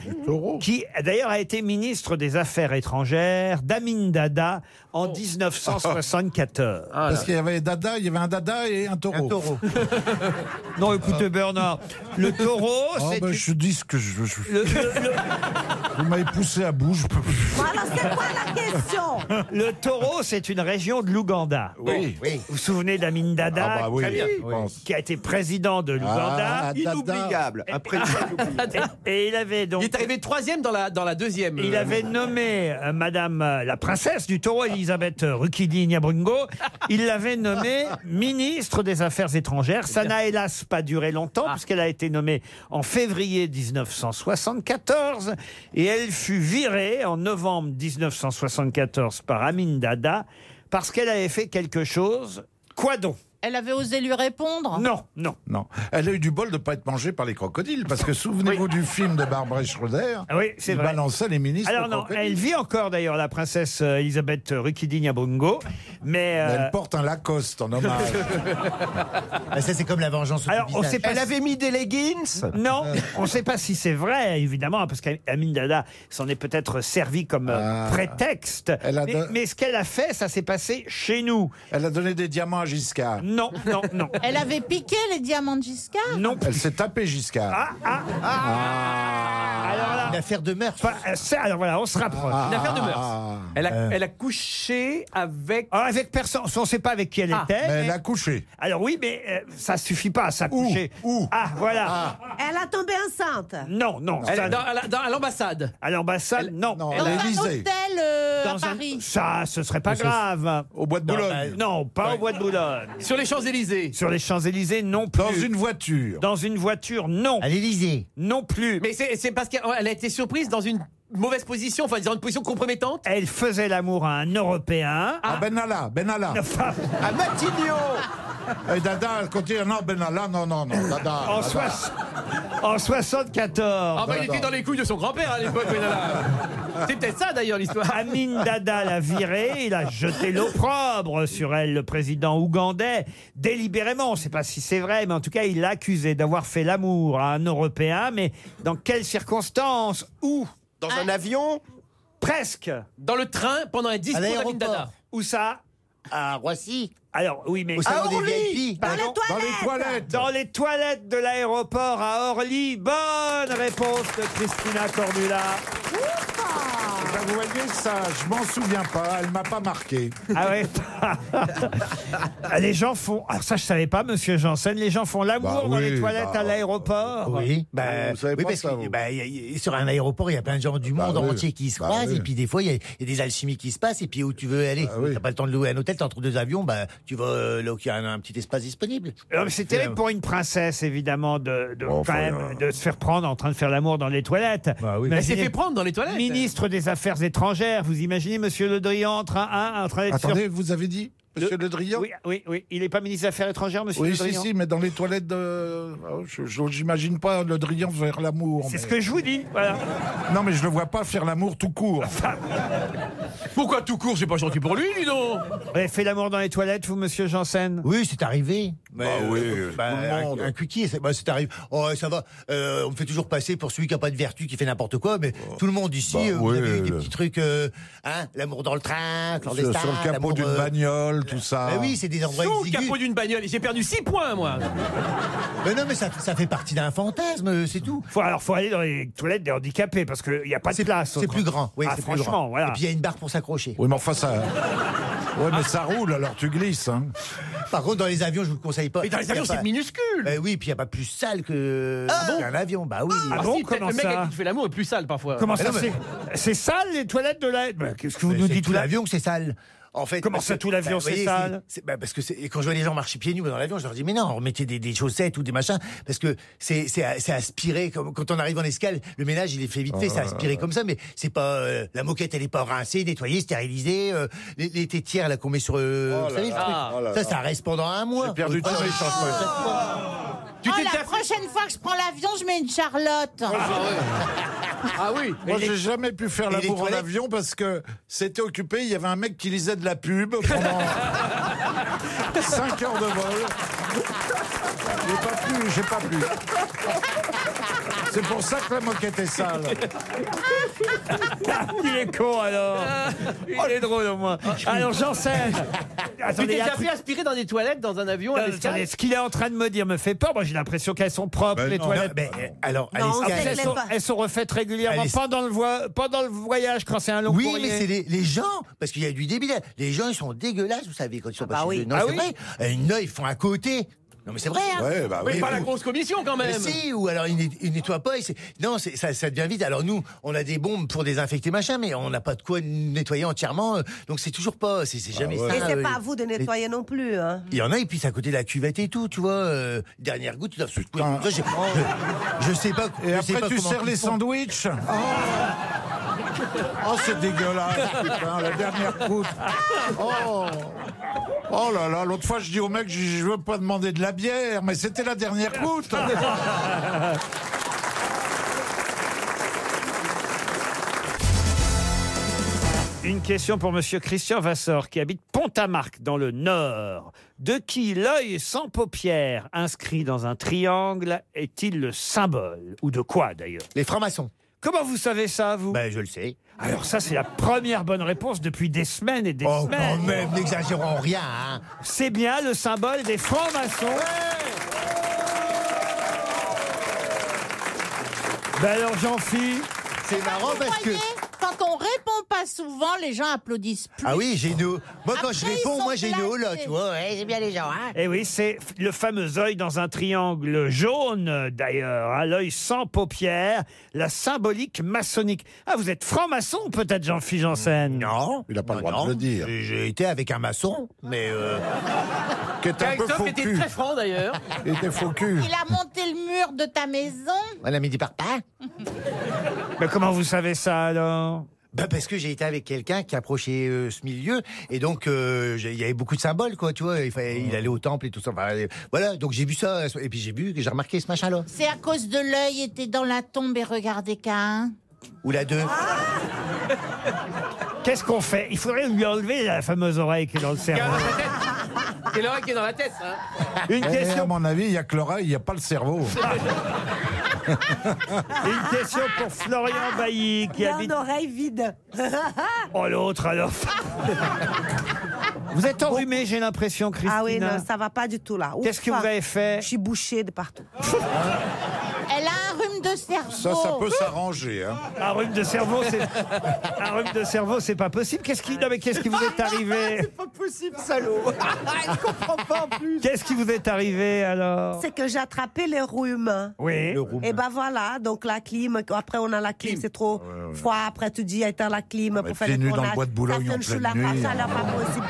qui d'ailleurs a été ministre des Affaires étrangères d'Amin Dada
Oh.
en 1974.
Parce qu'il y avait dada, il y avait un dada et un taureau. Ah. Un taureau.
Non, écoutez, Bernard, le taureau, c'est.
je Ah, ben, bah, dis ce que je veux.
Le, le- le-
Vous m'avez poussé à bout, je peux plus.
Alors, c'est quoi la question
Le taureau, c'est une région de l'Ouganda.
Oui.
Vous vous souvenez d'Amin Dada
Ah bah oui,
très bien,
je pense.
qui a été président de l'Ouganda.
Ah, Dada. Inoubliable.
Un Et il avait donc.
Il est arrivé troisième dans la, dans la deuxième.
Il
euh,
avait nommé euh, Madame euh, la princesse du taureau, Elisabeth euh, Rukidi Nyabungo. Il l'avait nommée ministre des Affaires étrangères. Ça n'a hélas pas duré
Ah.
longtemps, puisqu'elle a été nommée en février 1974. Et elle fut virée en novembre 1974 par Amin Dada, parce qu'elle avait fait quelque chose. Quoi donc
Elle avait osé lui répondre
Non, non.
Non. Elle a eu du bol de ne pas être mangée par les crocodiles, parce que souvenez-vous du film de Barbara Schroeder.
Ah Oui, c'est
il
vrai.
balançait les ministres.
Alors
aux
non,
crocodiles.
elle vit encore d'ailleurs, la princesse euh, Elisabeth Rukidi Nyabungo. Mais
Mais
euh,
Elle porte un Lacoste en hommage.
ça, c'est comme la vengeance.
Alors, on sait pas
Elle
si-
avait mis des leggings
Non, on ne sait pas si c'est vrai, évidemment, parce qu'Amin Dada s'en est peut-être servi comme euh, prétexte. mais,
Ah. don-
mais ce qu'elle a fait, ça s'est passé chez nous.
Elle a donné des diamants à Giscard.
Non, non, non.
Elle avait piqué les diamants de Giscard
Non.
Elle s'est tapée Giscard.
Ah, Alors là,
Une affaire de mœurs.
pas- euh, Ah. ça, alors voilà, on se rapproche.
Une affaire de
Ah.
mœurs. Ah. Elle a, elle a couché avec.
Alors, Euh. Ah, avec personne, on ne sait pas avec qui elle
Ah.
était.
Mais elle
mais-
a couché.
Alors oui, mais euh, ça suffit pas à s'accoucher. Ah, voilà.
Elle a tombé enceinte.
Non, non.
Elle
ça-
est dans, à la- dans- à l'ambassade.
À l'ambassade,
bah,
non.
Non,
Dans
elle a
un
Élysée.
hôtel euh, à
Dans un-
Paris
Ah
Ça, ce serait pas
Mais ça-
grave.
Au bois de
Non,
Boulogne.
bah, non, pas au
Ouais.
bois de Boulogne.
Sur les Champs-Élysées.
Sur les Champs-Élysées, non plus.
Dans une voiture.
Dans une voiture, non.
À l'Élysée.
Non plus.
Mais c'est c'est parce qu'elle elle a été surprise dans une mauvaise position, enfin, dans une position compromettante.
Elle faisait l'amour à un Européen. Ah.
À Benalla, Benalla.
Enfin,
À Matignon
Ah, Et Dada, elle continue. Non, Benalla, non, non, non. Dada.
en,
Dada.
soix- en 74.
Ah, bah, il était dans les couilles de son grand-père à l'époque, Benalla. C'est peut-être ça, d'ailleurs, l'histoire.
Amin Ah. Dada l'a virée, il a jeté l'opprobre sur elle, le président ougandais, délibérément. On ne sait pas si c'est vrai, mais en tout cas, il l'a accusé d'avoir fait l'amour à un Européen, mais dans quelles circonstances Où
Dans un avion
Presque.
Ah. Dans le train, pendant un discours
À
d'Amin Dada.
l'aéroport.
Où ça
À Roissy.
Alors, oui,
Ah,
mais.
Au salon des VIP.
Dans les
Dans les
toilettes.
toilettes.
Dans les toilettes de l'aéroport à Orly. Bonne réponse de Christina Cordula.
Eh ben, vous voyez ça, je m'en souviens pas. Elle m'a pas marqué.
Ah ouais. les gens font. Ah, ça, je savais pas, monsieur Janssen. Les gens font l'amour
Bah
dans
oui,
les toilettes
bah, Ah,
à l'aéroport.
Oui, bah,
Vous savez
oui,
pas
parce
ça,
que,
vous.
bah, y a- y- sur un aéroport, il y a plein de gens du
Bah
monde
oui.
entier qui se
Bah
croisent,
oui.
et puis des fois, il y, a- il y a des alchimies qui se passent, et puis où tu veux aller,
Bah oui.
t'as pas le temps de louer un hôtel, t'es entre deux avions, bah, tu vas euh, là où il y a un, un petit espace disponible.
Alors, Oh, C'est terrible pour une princesse, évidemment, de, de,
Bon, Bah, enfin, euh,
quand même, de se faire prendre en train de faire l'amour dans les toilettes.
Bah oui.
Elle s'est
Imaginez-
fait prendre dans les toilettes.
Ministre des Affaires étrangères, vous imaginez Monsieur Le Drian en train, hein, en train d'être sur-
Attendez, vous avez dit, monsieur Le Drian
Oui, oui, oui. Il n'est pas ministre des Affaires étrangères, Monsieur
Oui,
Le
si,
Drian.
si, mais dans les toilettes de. Oh, je- je- J'imagine pas Le Drian faire l'amour.
C'est
mais-
ce que je vous dis. Voilà.
Non, mais je le vois pas faire l'amour tout court.
Pourquoi tout court C'est pas gentil pour lui, dis donc.
Vous avez fait l'amour dans les toilettes, vous, Monsieur Janssen
Oui, c'est arrivé. Mais,
Ah oui,
bah,
tout le
un-
monde.
Un, cuquier, c'est bah, c'est arrivé. Oh, ça va. euh, on me fait toujours passer pour celui qui a pas de vertu, qui fait n'importe quoi, mais tout le monde ici,
Bah
euh, vous
oui,
avez eu des
le-
petits trucs, euh, hein, l'amour dans le train,
Sur,
clandestin.
sur le capot
l'amour,
d'une
euh,
bagnole, tout ça.
bah oui, c'est des endroits
Sous le
exigus.
capot d'une bagnole. Et J'ai perdu 6 points, moi.
Ah, Mais non, mais ça, ça fait partie d'un fantasme, euh, c'est tout.
Faut, alors, faut aller dans les toilettes des handicapés parce qu'il n'y a pas de place.
C'est plus grand. Oui,
Ah,
c'est plus
franchement,
grand.
voilà.
Et puis il y a une barre pour s'accrocher.
Oui, mais enfin, ça. Ouais, mais ça roule, alors tu glisses. Hein.
Par contre, dans les avions, je vous le conseille pas.
Mais dans
Il
les
y a
avions,
pas-
c'est minuscule.
Bah oui, puis il n'y a pas plus sale que
bon
qu'un avion. Bah oui. Ah,
Ah
Ah
bon,
si, peut-être
comment
le mec
ça
avec qui tu fais l'amour est plus sale parfois.
Comment ça
non,
c'est
mais-
C'est sale les toilettes de la. Bah, Qu'est-ce que vous
Mais
nous
c'est
dites
tout
là
l'avion que c'est sale. En fait,
Comment
parce
ça,
que-
tout l'avion,
vous
c'est
voyez,
sale
c'est- bah, Parce que c'est- et quand je vois les gens marcher pieds nus dans l'avion, je leur dis mais non, remettez des, des chaussettes ou des machins parce que c'est c'est- c'est aspiré. Comme, quand on arrive en escale, le ménage il est fait vite
Ah,
fait, c'est aspiré comme ça, mais c'est pas euh, la moquette elle est pas rincée, nettoyée, stérilisée. euh, les, les tétières là qu'on met sur euh,
Oh
vous savez, ce truc. ça ça reste pendant un mois.
J'ai perdu
Oh,
tous mes changements.
Tu
Oh,
t'es
la
déjà fait-
prochaine fois que je prends l'avion, je mets une Charlotte.
Ah oui.
bah Moi, j'ai jamais pu faire
et les
l'amour en
toilettes
avion parce que c'était occupé. Il y avait un mec qui lisait de la pub pendant 5 heures de vol. J'ai pas pu, j'ai pas pu. C'est pour ça que la moquette est sale.
Il est con alors.
Euh.
Oh, il est drôle au
Ah,
moins. Alors j'enseigne.
Tu
Attendez,
t'es
il y a un
déjà
truc-
fait aspirer dans des toilettes, dans un avion,
Non,
à l'escale
attendez, ce qu'il est en train de me dire me fait peur. Moi, j'ai l'impression qu'elles sont propres,
Bah
Ben
les
non. Non,
toilettes.
mais, euh, alors, à Non, l'escale- on
Après,
sait
elles,
les
sont,
pas.
elles sont refaites régulièrement
À l'es-
pendant le, voi- pendant le voyage, quand c'est un long
oui,
courrier.
mais c'est les, les gens, parce qu'il y a du débile. Les gens, ils sont dégueulasses, vous savez, quand ils sont pas chez eux. Non,
Ah
c'est
oui.
vrai. Euh, Une oeil, ils font à côté. Non, mais c'est vrai. Hein.
Ouais, bah oui. Mais pas la grosse commission, quand même.
Mais si, ou alors ils, né- ils nettoient pas. ils se- non, c'est- ça, ça devient vite. Alors nous, on a des bombes pour désinfecter machin, mais on n'a pas de quoi nettoyer entièrement. euh, Donc c'est toujours pas, c'est c'est
Bah
jamais ça.
Et c'est
euh,
pas à vous de
les-
nettoyer non plus. Hein.
il y en a, ils pissent à côté de la cuvette et tout, tu vois. euh, dernière goutte, ils doivent se secouer. Ça, j'ai- je, je sais pas. je
Et
sais
après,
pas
tu
comment
sers
ils
les
font.
sandwichs. Oh, c'est dégueulasse, putain, la dernière couche. Oh. Oh là là, l'autre fois je dis au mec, je, je veux pas demander de la bière, mais c'était la dernière goutte.
Une question pour Monsieur Christian Vassor, qui habite Pont-à-Marc, dans le Nord. De qui l'œil sans paupières, inscrit dans un triangle, est-il le symbole Ou de quoi, d'ailleurs
Les francs-maçons.
Comment vous savez ça, vous
Ben, je le sais.
Alors ça, c'est la première bonne réponse depuis des semaines et des
Oh,
semaines.
quand même, n'exagérons rien. hein.
C'est bien le symbole des francs-maçons. ben alors, jean phi
C'est
Oh,
marrant parce que.
Quand on répond pas souvent, les gens applaudissent plus.
Ah oui, j'ai une. Moi, quand je
Après, ils
réponds,
sont
moi, j'ai une haut là,
blasés.
tu vois. Ouais, j'aime bien les gens, hein.
Eh oui, c'est f- le fameux œil dans un triangle jaune, euh, d'ailleurs, hein, l'œil sans paupières, la symbolique maçonnique. Ah, vous êtes franc-maçon, peut-être, Jean-Philippe Janssen Non.
Il n'a pas
le droit de non. le
dire.
J'ai été avec un maçon, mais. euh,
Qui est un peu
Christophe
faux
était
cul.
très franc d'ailleurs.
Il était faux cul.
Il a monté le mur de ta maison.
On a mis du parpaing.
Mais comment vous savez ça alors
bah parce que j'ai été avec quelqu'un qui approchait euh, ce milieu et donc euh, j'ai- il y avait beaucoup de symboles quoi tu vois il, fallait- il allait au temple et tout ça Enfin, euh, voilà donc j'ai vu ça et puis j'ai vu que j'ai remarqué ce machin là
C'est à cause de l'œil, était dans la tombe et hein. regardez qu'un.
ou la deux
Qu'est-ce qu'on fait Il faudrait lui enlever la fameuse oreille qui est dans le cerveau.
C'est l'oreille qui est dans la tête. hein.
Une
Eh,
question.
À mon avis, il n'y a que l'oreille, il n'y a pas le cerveau.
Une question pour Florian Bailly qui
Il a
habite.
une oreille vide.
Oh l'autre alors. vous êtes enrhumé, j'ai l'impression, Christina.
Ah oui, non, ça va pas du tout là.
Qu'est-ce que
Ouf. ah.
vous avez fait
Je suis bouchée de partout.
Elle a un rhume de cerveau.
Ça, ça peut s'arranger. hein.
Un rhume de cerveau, c'est un rhume de cerveau, c'est pas possible. Qu'est-ce qui non mais qu'est-ce qui vous est arrivé
Pas possible, salaud. Elle comprend pas en plus.
Qu'est-ce qui vous est arrivé alors
C'est que j'ai attrapé les rhumes.
Oui. Le rhume.
Et ben voilà, donc la clim, après on a la clim, c'est trop froid, après tu dis éteins la clim
Ah, mais
pour faire
pieds
les
nus dans le
tournages.
bois de Boulogne
Ça
en
fait une
pleine
chaleur,
nuit. hein.
chaleur pas possible.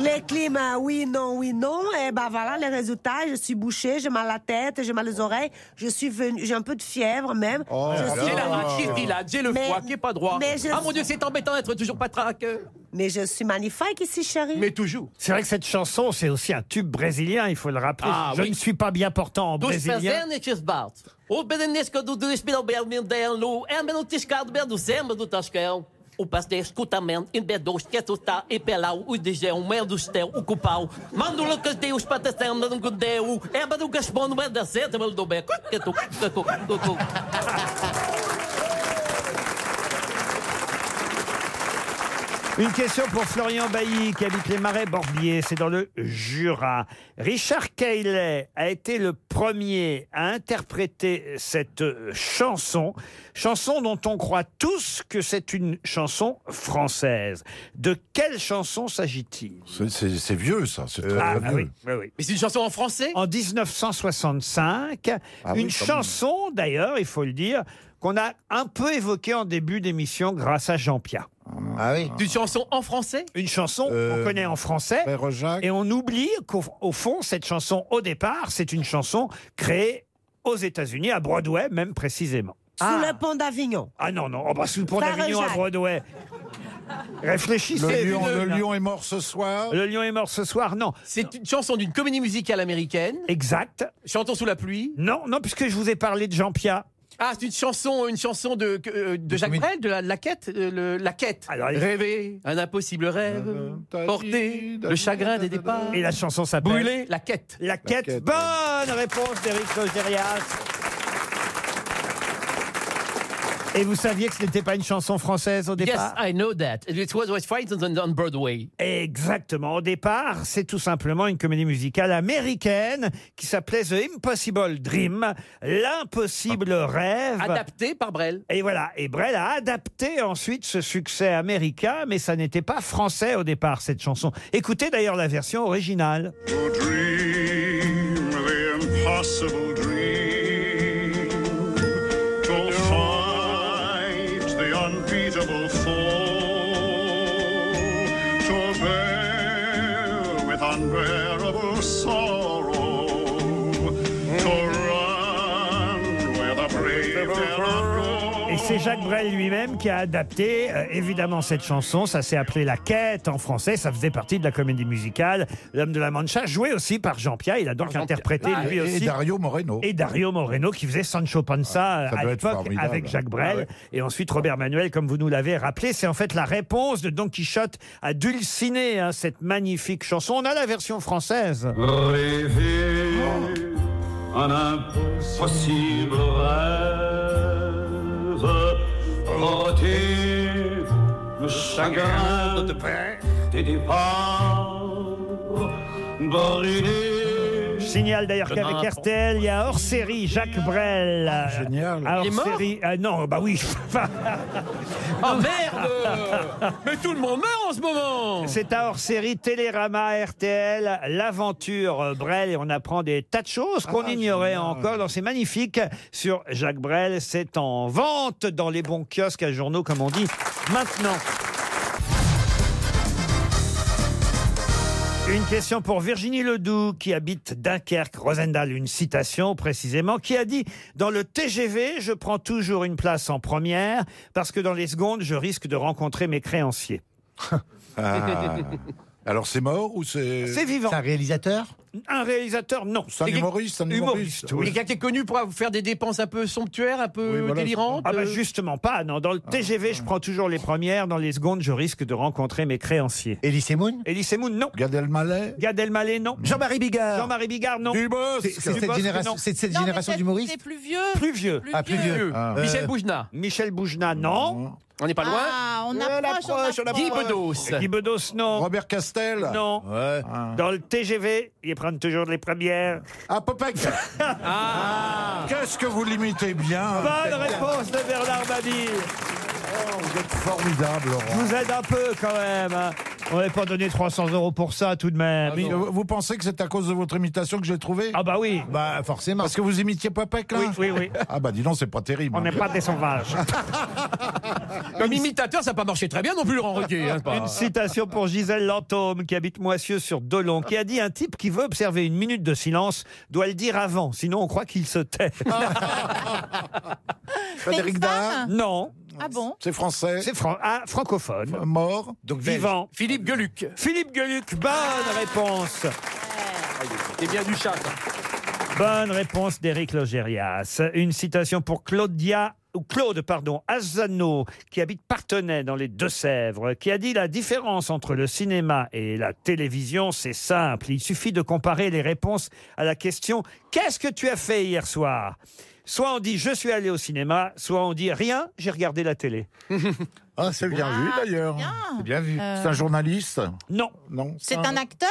Les clims, euh, oui, non, oui, non. Et ben voilà, les résultats, je suis bouchée, j'ai mal à la tête, j'ai mal aux oreilles, je suis venue, j'ai un peu de fièvre même.
Oh
Oh
je suis-
J'ai la rage, j'ai le grilade, j'ai le
Mais-
froid, qui est pas droit.
mais je-
Ah mon Dieu, c'est embêtant d'être toujours pas traque.
Mais je suis magnifique ici, chérie.
Mais toujours.
C'est vrai que cette chanson, c'est aussi un tube brésilien, il faut le rappeler.
Ah,
Je
oui.
ne suis pas bien portant en
Dos
brésilien.
presentes bate. O bedenesco do despedelbelo é menotiscado belo samba do Toscão. O pastel escutamento em bedos que tutá e pelau o digeu, mel do estel, o cupau. Mando lucas deus para testem, não gudeu. É badu gaspono, é da seta, melo do beco. Que tu, que tu, que tu.
Une question pour Florian Bailly, qui habite les Marais Borbier, c'est dans le Jura. Richard Cayley a été le premier à interpréter cette euh, chanson, chanson dont on croit tous que c'est une chanson française. De quelle chanson s'agit-il
C'est- C'est c'est vieux, ça. C'est très,
Ah,
très
ah
vieux.
oui, oui, oui.
Mais c'est une chanson en français
En 1965,
Ah oui,
une
quand même.
chanson d'ailleurs, il faut le dire, qu'on a un peu évoquée en début d'émission grâce à Jean-Pierre.
ah oui
Une chanson en français
Une chanson qu'on
Euh,
connaît en français.
Frère Jacques.
Et on oublie qu'au au fond, cette chanson, au départ, c'est une chanson créée aux États-Unis, à Broadway même précisément.
Sous le pont d'Avignon.
Ah non, non, oh, bah, sous le pont
Frère
d'Avignon à
Jacques.
Broadway. Réfléchissez.
Le lion, le
Non.
lion est mort ce soir.
Le lion est mort ce soir, non.
C'est une chanson d'une comédie musicale américaine.
Exact.
Chantons sous la pluie.
Non, non, puisque je vous ai parlé de Jean-Pierre.
Ah, c'est une chanson, une chanson de, que- euh, de Jacques Brel, de la, la quête, euh, le- la quête. Rêver, un impossible rêve, porter le chagrin des départs.
Et la chanson s'appelle
Brûler, la quête.
La quête. Bonne réponse d'Éric Logérias. Et vous saviez que ce n'était pas une chanson française au
Yes,
départ
I know that. It was, was frightened on, on Broadway.
Exactement. Au départ, c'est tout simplement une comédie musicale américaine qui s'appelait The Impossible Dream, l'impossible rêve.
Adapté par Brel.
Et voilà. Et Brel a adapté ensuite ce succès américain, mais ça n'était pas français au départ, cette chanson. Écoutez d'ailleurs la version originale.
dream, the impossible dream. To fight the unbeatable foe. To bear with unbearable sorrow. To run with a brave dare
Et c'est Jacques Brel lui-même qui a adapté euh, évidemment cette chanson. Ça s'est appelé La Quête en français. Ça faisait partie de la comédie musicale. L'homme de la Mancha, joué aussi par Jean Pia. Il a donc interprété
Ah,
lui
et-
aussi.
Et Dario Moreno.
Et Dario Moreno qui faisait Sancho Panza
Ah, ça
à
doit être
l'époque
formidable.
avec Jacques Brel.
Ah ouais.
Et ensuite Robert Manuel, comme vous nous l'avez rappelé, c'est en fait la réponse de Don Quichotte à Dulciné, hein, cette magnifique chanson. On a la version française.
Rêver un impossible rêve, porter le chagrin de paix des départs, brûler.
Je signale d'ailleurs qu'avec RTL, il y a hors série Jacques Brel. Euh, Génial.
Il est mort
non, bah oui.
Ah merde Mais tout le monde meurt en ce moment
C'est un hors-série Télérama RTL, l'aventure euh, Brel, et on apprend des tas de choses qu'on ignorait encore dans ces magnifiques sur Jacques Brel. C'est en vente dans les bons kiosques à journaux, comme on dit maintenant. Une question pour Virginie Ledoux, qui habite Dunkerque, Rosendal, une citation précisément, qui a dit « Dans le TGV, je prends toujours une place en première, parce que dans les secondes, je risque de rencontrer mes créanciers. »
Ah. Alors c'est mort ou c'est.
C'est vivant. C'est un
réalisateur
Un réalisateur, non.
C'est un humoriste, un humoriste.
oui. Quelqu'un qui est connu pour faire des dépenses un peu somptuaires, un peu délirantes.
Ah bah
euh,
justement pas, non. Dans
Ah.
le TGV, je prends toujours les premières. Dans les secondes, je risque de rencontrer mes créanciers.
Elie Moon
Elie Moon, non.
Gad Elmaleh
Gad Elmaleh, non.
Hmm. Jean-Marie Bigard.
Jean-Marie Bigard, non.
Dubosc.
C'est- c'est cette
Dubosc,
génération-
non.
c'est de cette Non, mais génération c'est- d'humoristes c'est
plus vieux.
Plus vieux.
Plus Ah, plus vieux. vieux.
Ah.
Michel
Euh,
Boujna.
Michel Boujna, non. Euh,
On n'est pas loin
Ah, on approche, on approche.
Guy Bedos.
Guy Bedos, non.
Robert Castel
Non. Dans le TGV, ils prennent toujours les premières.
Ah, Popek Qu'est-ce que vous limitez bien
Ah.
Ah.
Oh,
Bonne réponse de Bernard Mabille.
Vous êtes formidable,
Je
Laurent.
vous aide un peu quand même. hein. On n'avait pas donné 300 euros pour ça tout de même.
Ah
Mais vous- Vous pensez que c'est à cause de votre imitation que j'ai trouvé
Ah bah oui.
Bah forcément. Parce que vous imitiez Popek là
Oui, oui, oui.
Ah bah dis donc, c'est pas terrible.
On n'est pas des sauvages.
Comme imitateur, ça n'a pas marché très bien non plus, Laurent Ruquier. hein, c'est pas-
Une citation pour Gisèle Lantôme, qui habite Moissieux sur Dolon, qui a dit Un type qui veut observer une minute de silence doit le dire avant, sinon on croit qu'il se tait.
Frédéric Dard
Non.
Ah bon
C'est français
C'est fran- ah, francophone.
Mort
Donc vivant.
euh, Philippe Gueluc.
Philippe Gueluc, bonne réponse.
C'est bien du chat. ça.
Bonne réponse d'Éric Logérias. Une citation pour Claudia ou Claude, pardon, Azzano, qui habite Partenay dans les Deux-Sèvres, qui a dit la différence entre le cinéma et la télévision, c'est simple. Il suffit de comparer les réponses à la question Qu'est-ce que tu as fait hier soir Soit on dit je suis allé au cinéma, soit on dit rien, j'ai regardé la télé.
Ah, c'est bien
Ah,
vu d'ailleurs.
bien.
C'est bien vu.
Euh.
C'est un journaliste hein.
Non.
Non.
C'est un acteur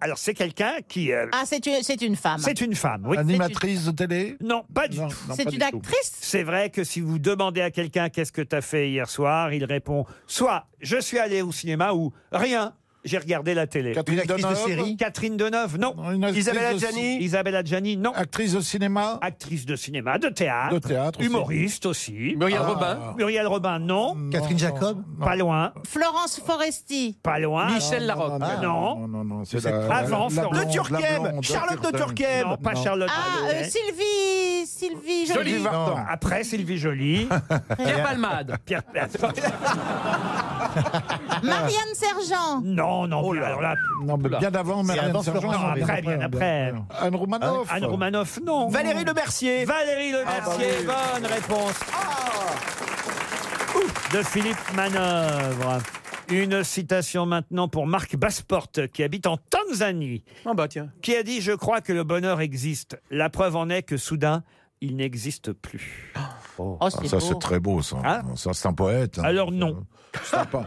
Alors c'est quelqu'un qui. euh,
Ah, c'est une, c'est une femme.
c'est une femme, oui.
Animatrice de télé
Non, pas du tout.
C'est une actrice
C'est vrai que si vous demandez à quelqu'un qu'est-ce que t'as fait hier soir, il répond soit je suis allé au cinéma ou rien. J'ai regardé la télé.
Catherine Une actrice de Deneuve série
Catherine Deneuve, non.
Une actrice
Isabella
de ci-
Isabella Gianni, non.
Actrice de cinéma
Actrice de cinéma, de théâtre.
De théâtre aussi.
Humoriste aussi.
Muriel
Ah.
Robin.
Muriel Robin, non.
Catherine Jacob
Pas loin.
Florence Foresti.
Pas loin.
Michel Larocque.
Ah,
Non,
non.
non, non, non, c'est
Ah,
C'est
la-
Avant
la- la
Florence.
blonde,
De Turquem,
la blonde,
Charlotte de Turquem.
Non, pas
Non.
Charlotte.
Ah, euh, Sylvie. Sylvie Joly.
Sylvie Vartan.
Après Sylvie Joly.
Pierre Palmade.
Pierre
Marianne Sergent.
Non, non,
Oh
bien,
là.
alors là-
Non, mais bien avant Marianne Sergent,
Non,
mais
après,
après,
bien
bien
après.
Anne Romanoff.
Anne Romanoff, non.
Valérie Le Mercier. Ah, bah
Valérie Le Mercier, bonne réponse. Ouf, de Philippe Manœuvre. Une citation maintenant pour Marc Basseporte, qui habite en Tanzanie.
Ah, bah,
Qui a dit Je crois que le bonheur existe. La preuve en est que soudain, il n'existe plus. Oh.
Ah, ça, c'est très beau, Ah. ça. ça c'est un poète. hein.
Alors non.
euh, C'est un, pen-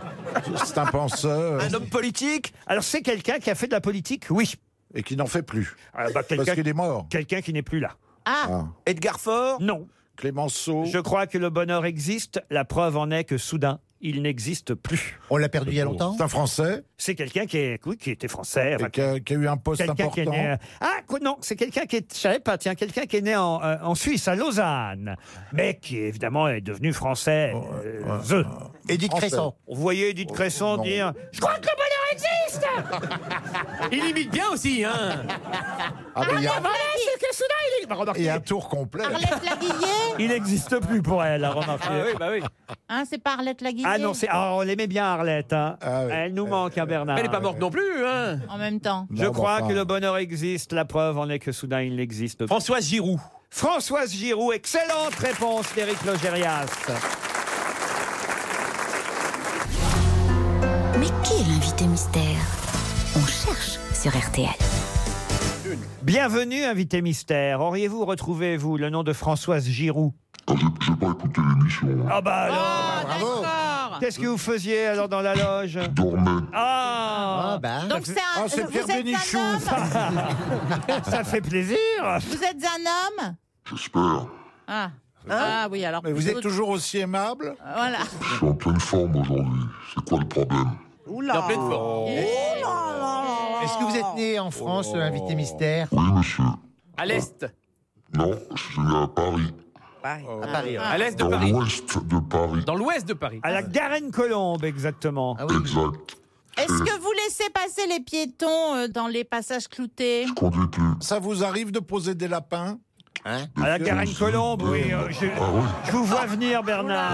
c'est un penseur.
Un homme politique Alors c'est quelqu'un qui a fait de la politique, oui. Ah, bah,
Et qui n'en fait plus.
quelqu'un-
Parce qu'il est mort.
Quelqu'un qui n'est plus là.
Ah.
Edgar Faure Non. Clémenceau Je crois que le bonheur existe. La preuve en est que soudain, il n'existe plus.
On l'a perdu il y a longtemps
C'est un Français
C'est quelqu'un qui, est- oui, qui était français. enfin,
Et qui a, Euh, qui a eu un poste
quelqu'un
important.
qui est né, euh, Ah, quoi, non, c'est quelqu'un qui est. Je savais pas, tiens, quelqu'un qui est né en, euh, en Suisse, à Lausanne, mais qui évidemment est devenu français. euh, the.
Édith Français. Cresson. Oh,
Vous voyez Edith Cresson dire Je crois que le bonheur existe
Il imite bien aussi, hein
Ah, mais il y a-
bah,
c'est que soudain, il est... Bah, remarquez.
Et un tour complet.
Arlette Laguillet.
Il n'existe plus pour elle, à remarquer.
Ah oui, bah oui.
Hein, c'est pas Arlette Laguillet.
Ah non, c'est. ah, on l'aimait bien, Arlette. hein.
Ah
Elle nous manque, hein, Bernard.
Elle n'est pas morte non plus, hein
En même temps.
Je crois que le bonheur existe. La preuve en est que soudain il n'existe plus.
Françoise Giroud.
Françoise Giroud, excellente réponse d'Éric Logérias.
Mais qui est l'invité mystère On cherche sur RTL.
Bienvenue, invité mystère. Auriez-vous retrouvé, vous, le nom de Françoise Giroud Ah, bah alors
Bravo.
Qu'est-ce que vous faisiez alors dans la loge Ah,
Donc c'est un.
Ah, c'est
vous
Pierre
êtes un
Bénichou.
homme
Ah.
Ça fait plaisir
Vous êtes un homme
J'espère.
Ah. Ah oui, alors.
Mais vous
plutôt-
êtes toujours aussi aimable
Voilà.
Je suis en pleine forme aujourd'hui. C'est quoi le problème
Oula.
En pleine forme.
Oh.
Est-ce que vous êtes né en France, euh, invité mystère
Oui, monsieur.
À l'Est.
Non, je suis né à Paris.
À Paris.
Ah,
À l'Est de
Dans
Paris.
l'ouest de Paris. Ah
Dans l'Ouest de Paris.
À la Garenne-Colombe, exactement.
Exact.
Est-ce que vous laissez passer les piétons euh, dans les passages cloutés
Conduis plus.
Ça vous arrive de poser des lapins Hein?
À la Garenne-Colombe, oui. euh, je, je vous vois venir, Bernard.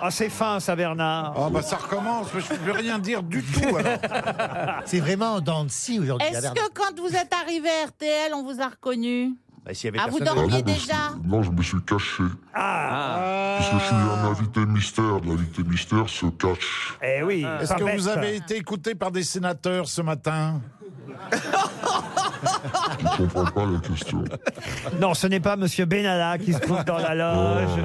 Ah, c'est fin, ça, Bernard.
Ah bah ça recommence, mais je ne peux rien dire du tout alors.
C'est vraiment dans le si aujourd'hui.
Est-ce
Bernard.
que quand vous êtes arrivé à RTL, on vous a reconnu
Bah, s'il y avait
Ah, vous
personne-
dormiez
mais
déjà
Non, je me suis caché.
Ah,
Parce que je suis un invité mystère. L'invité mystère se cache.
Eh oui.
Est-ce
pas
que
bête.
vous avez été écouté par des sénateurs ce matin
Je ne comprends pas la question.
Non, ce n'est pas Monsieur Benalla qui se trouve dans la
Oh.
loge.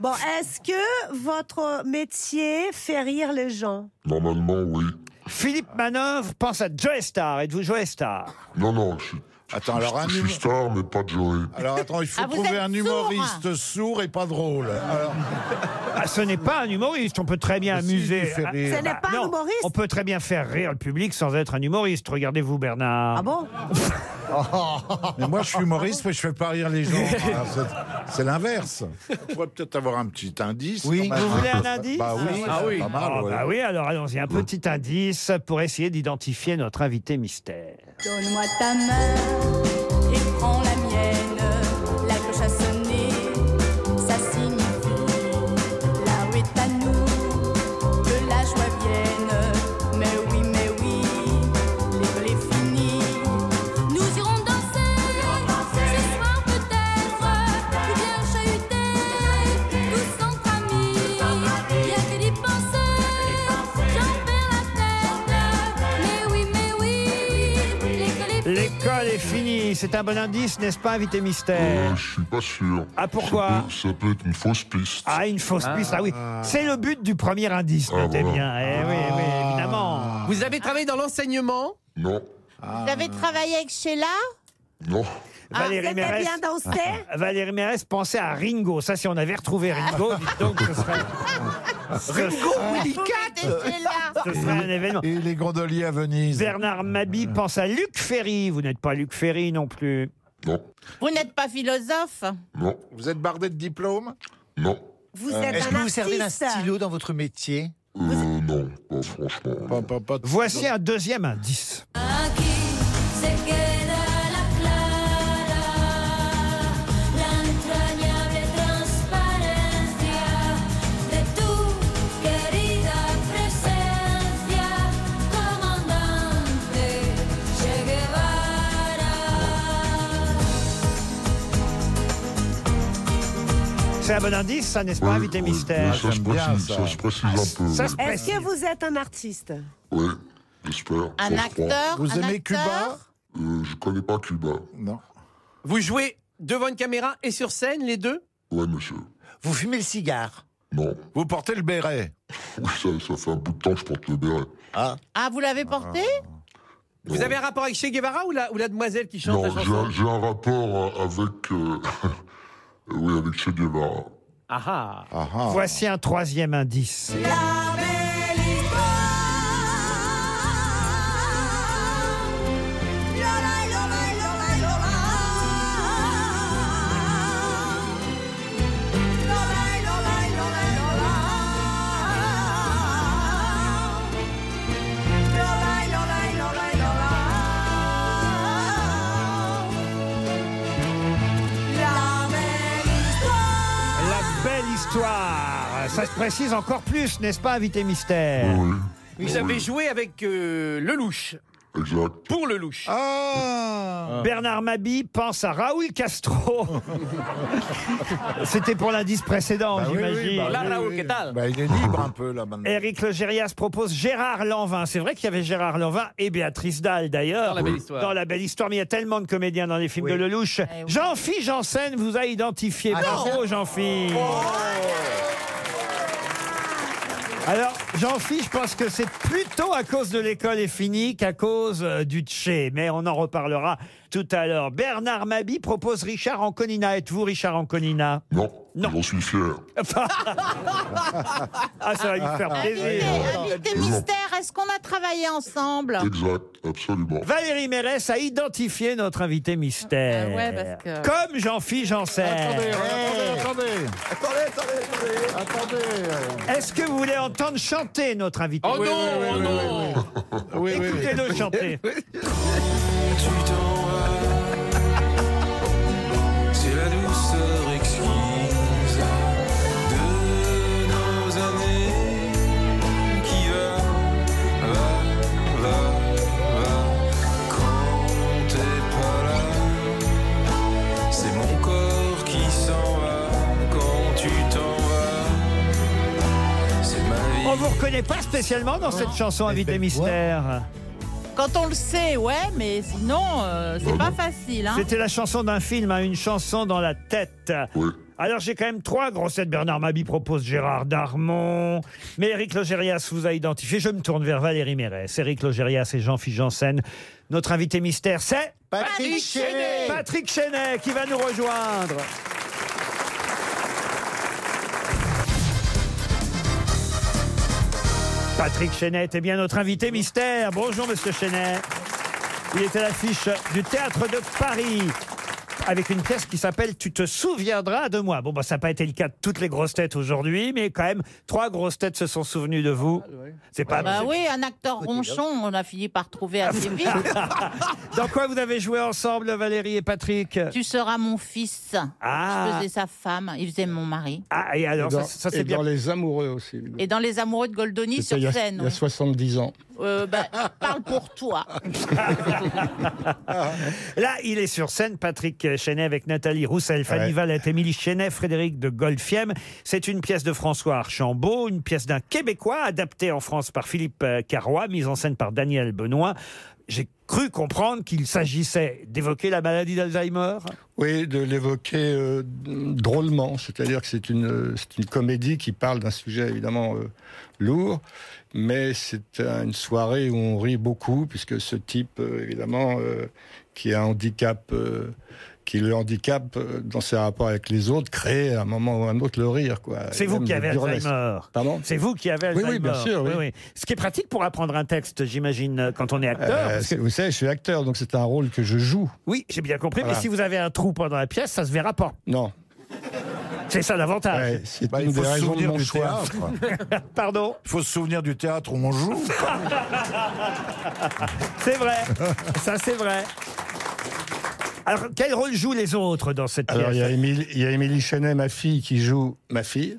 Bon, est-ce que votre métier fait rire les gens
Normalement, oui.
Philippe Manœuvre pense à Joe Star. Êtes-vous Joe Star
Non, non, je suis,
Attends, alors un
je suis
humo-
star, mais pas Joey.
Alors attends, il faut
Ah, vous
trouver
êtes
un
sourd,
humoriste sourd, et pas drôle. Alors,
Ah, Ce n'est pas un humoriste. On peut très bien
Mais si,
amuser.
il fait
Ah,
rire.
Ce n'est pas un
non,
humoriste
On peut très bien faire rire le public sans être un humoriste. Regardez-vous, Bernard.
Ah bon
mais moi je suis humoriste, mais je fais pas rire les gens. Alors, c'est- C'est l'inverse. On pourrait peut-être avoir un petit indice.
Oui.
quand même.
Vous voulez un indice
Bah oui,
Ah
c'est
oui.
pas mal.
Ah,
ouais.
bah oui, alors allons-y. Un petit indice pour essayer d'identifier notre invité mystère.
Donne-moi ta main et prends la mienne. La cloche a sonné, ça signifie la rue est à nous, que la joie vienne. Mais oui, mais oui, l'école est finie. Nous irons danser, ce soir peut-être, ou bien chahuter, tous entre amis. Rien que d'y penser, j'en perds la tête. Mais oui, mais oui, l'école est
L'école est finie. C'est un bon indice, n'est-ce pas, invité mystère
Euh, je suis pas sûr.
Ah, pourquoi
Ça peut, ça peut être une fausse piste.
Ah, une fausse piste. Ah oui, c'est le but du premier indice.
Ah,
Notez bien. Eh oui, oui,
Ah.
évidemment.
Vous avez travaillé dans l'enseignement
Non,
Vous avez travaillé avec Sheila
non.
Valérie
Ah, Vous aimez
Mérès. Ah,
bien danser
Valérie Mérès pensait à Ringo. Ça, si on avait retrouvé Ringo, dites donc, ce serait. Ringo
Euh,
C'était Sheila
Ce serait un événement.
Et les gondoliers à Venise.
Bernard Mabi pense à Luc Ferry. Vous n'êtes pas Luc Ferry non plus.
Non,
Vous n'êtes pas philosophe
non,
Vous êtes bardé de diplômes
non.
Vous
Euh,
êtes
Est-ce
un
que vous
artiste.
servez d'un stylo dans votre métier
Euh, non, pas franchement.
Pas- pas- pas de-
Voici un deuxième indice.
Aquí se queda la clara, la entrañable transparencia de tu querida presencia.
C'est un bon indice, ça, n'est-ce pas, invité mystère
ça se précise, ça. se précise un peu.
Ça se
Est-ce que vous êtes un artiste
Oui, j'espère. ça
Un
se
acteur,
prend.
Vous un aimez acteur Cuba
Euh, Je connais pas Cuba. Non.
Vous jouez devant une caméra et sur scène, les deux
Ouais, monsieur.
Vous fumez le cigare
Non.
Vous portez le béret
Oui, ça, ça fait un bout de temps que je porte le béret.
Ah
Ah, vous l'avez porté
Vous avez un rapport avec Che Guevara ou la, ou la demoiselle qui chante
Non,
la
j'ai
chanson
un- j'ai un rapport euh, avec. euh, oui, avec Che Guevara.
Ah ah
Voici un troisième indice.
Ah.
La belle histoire. Ça se précise encore plus, n'est-ce pas, invité mystère
Vous avez joué avec euh, Lelouch. Pour Lelouch.
Ah. Bernard Mabi pense à Raoul Castro. C'était pour l'indice précédent,
Bah oui, oui,
Oh, j'imagine.
bah oui, oui. Bah, Il est libre un peu là maintenant.
Éric Legérias propose Gérard Lanvin. C'est vrai qu'il y avait Gérard Lanvin et Béatrice Dalle d'ailleurs.
Dans La Belle Histoire.
Dans La Belle Histoire, mais il y a tellement de comédiens dans les films de Lelouch. Jean-Phi Janssen vous a identifié.
Ah,
Bravo
non.
Jean-Phi alors, Jean-Phi, je pense que c'est plutôt à cause de l'école est finie qu'à cause euh, du tché. Mais on en reparlera tout à l'heure. Bernard Mabi propose Richard Anconina. Êtes-vous Richard Anconina
Non, j'en suis fier.
Ah, ça va lui faire plaisir.
Invité mystère, est-ce qu'on a travaillé ensemble
Exact, absolument.
Valérie Mérès a identifié notre invité mystère.
Ah ouais, parce que-
Comme Jean-Phi Janssen.
Attendez, hein, attendez, attendez. Attendez, attendez, attendez.
Est-ce que vous voulez entendre chanter notre invité
Oh non, Oui, oui, oh oui, non. Oui, oui.
Écoutez-le chanter.
Tu t'en vas, c'est la douceur exquise de nos années qui va, va, va, va. Quand t'es pas là, c'est mon corps qui s'en va. Quand tu t'en vas, c'est ma vie.
On vous reconnaît pas spécialement dans cette chanson Invité Mystère.
Quand on le sait, ouais, mais sinon, euh, c'est pas facile. Hein.
C'était la chanson d'un film, hein, une chanson dans la tête. Alors j'ai quand même trois grossettes. Bernard Mabi propose Gérard Darmon. Mais Eric Logérias vous a identifié. Je me tourne vers Valérie Mérès. Eric Logérias et Jean-Philippe Janssen. Notre invité mystère, c'est
Patrick Chenet.
Patrick Chenet qui va nous rejoindre. Patrick Chenet est bien notre invité mystère. Bonjour, monsieur Chenet. Il est à l'affiche du Théâtre de Paris avec une pièce qui s'appelle Tu te souviendras de moi. Bon, bah, ça n'a pas été le cas de toutes les grosses têtes aujourd'hui, mais quand même, trois grosses têtes se sont souvenues de vous. C'est pas
Ah, Bah oui, un acteur ronchon, on a fini par trouver assez vite.
Dans quoi vous avez joué ensemble, Valérie et Patrick
tu seras mon fils.
Ah.
Je faisais sa femme, il faisait mon mari.
Ah, et alors,
Et dans-
ça, ça,
et
c'est bien.
dans les amoureux aussi.
Et dans Les Amoureux de Goldoni
C'était
sur
il y a-
scène.
Il y a 70 ans.
Euh, bah, parle pour toi.
Là, il est sur scène, Patrick Chenet avec Nathalie Roussel, Fanny
Ouais.
Valette, Émilie Chenet, Frédéric de Golfiem. C'est une pièce de François Archambault, une pièce d'un Québécois adaptée en France par Philippe euh, Carrois, mise en scène par Daniel Benoît. J'ai cru comprendre qu'il s'agissait d'évoquer la maladie d'Alzheimer.
Oui, de l'évoquer euh, drôlement, c'est-à-dire que c'est une, euh, c'est une comédie qui parle d'un sujet évidemment euh, lourd, mais c'est euh, une soirée où on rit beaucoup, puisque ce type, euh, évidemment, euh, qui a un handicap, euh, qui le handicap euh, dans ses rapports avec les autres, crée à un moment ou à un autre le rire. quoi.
C'est
Et
vous
Euh, même
qui
le
avez
burlesque.
Alzheimer.
Pardon
C'est vous qui avez
Oui,
Alzheimer.
oui, bien sûr, oui.
Ce qui est pratique pour apprendre un texte, j'imagine, euh, quand on est acteur.
Euh,
parce que-
c'est- Vous savez, je suis acteur, donc c'est un rôle que je joue.
Oui, j'ai bien compris,
Voilà.
mais si vous avez un trou pendant la pièce, ça se verra pas.
Non.
C'est ça l'avantage.
Ouais, c'est
Bah,
une
il faut
des
se
raisons de
souvenir
mon
du
choix.
théâtre.
Pardon
Il faut se souvenir du théâtre où on joue.
C'est vrai, ça c'est vrai. Alors, quel rôle jouent les autres dans cette
Alors, il y a
pièce
Émile- il y a Émilie Chenet, ma fille, qui joue ma fille.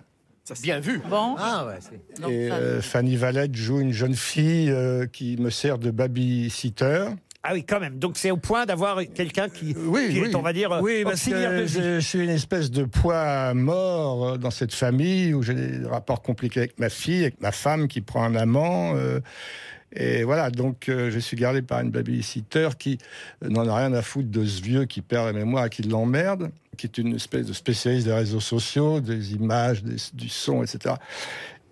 Bien vu.
Bon.
Ah ouais, c'est.
et euh, Fanny Valette joue une jeune fille euh, qui me sert de babysitter.
Ah oui, quand même. Donc c'est au point d'avoir quelqu'un qui, qui est,
oui.
on va dire,
Oui, parce
auxiliaire de
que
vie.
je, je suis une espèce de poids mort euh, dans cette famille où j'ai des rapports compliqués avec ma fille, avec ma femme qui prend un amant. euh, et voilà, donc euh, je suis gardé par une babysitter qui euh, n'en a rien à foutre de ce vieux qui perd la mémoire et qui l'emmerde, qui est une espèce de spécialiste des réseaux sociaux, des images, des- du son, etc.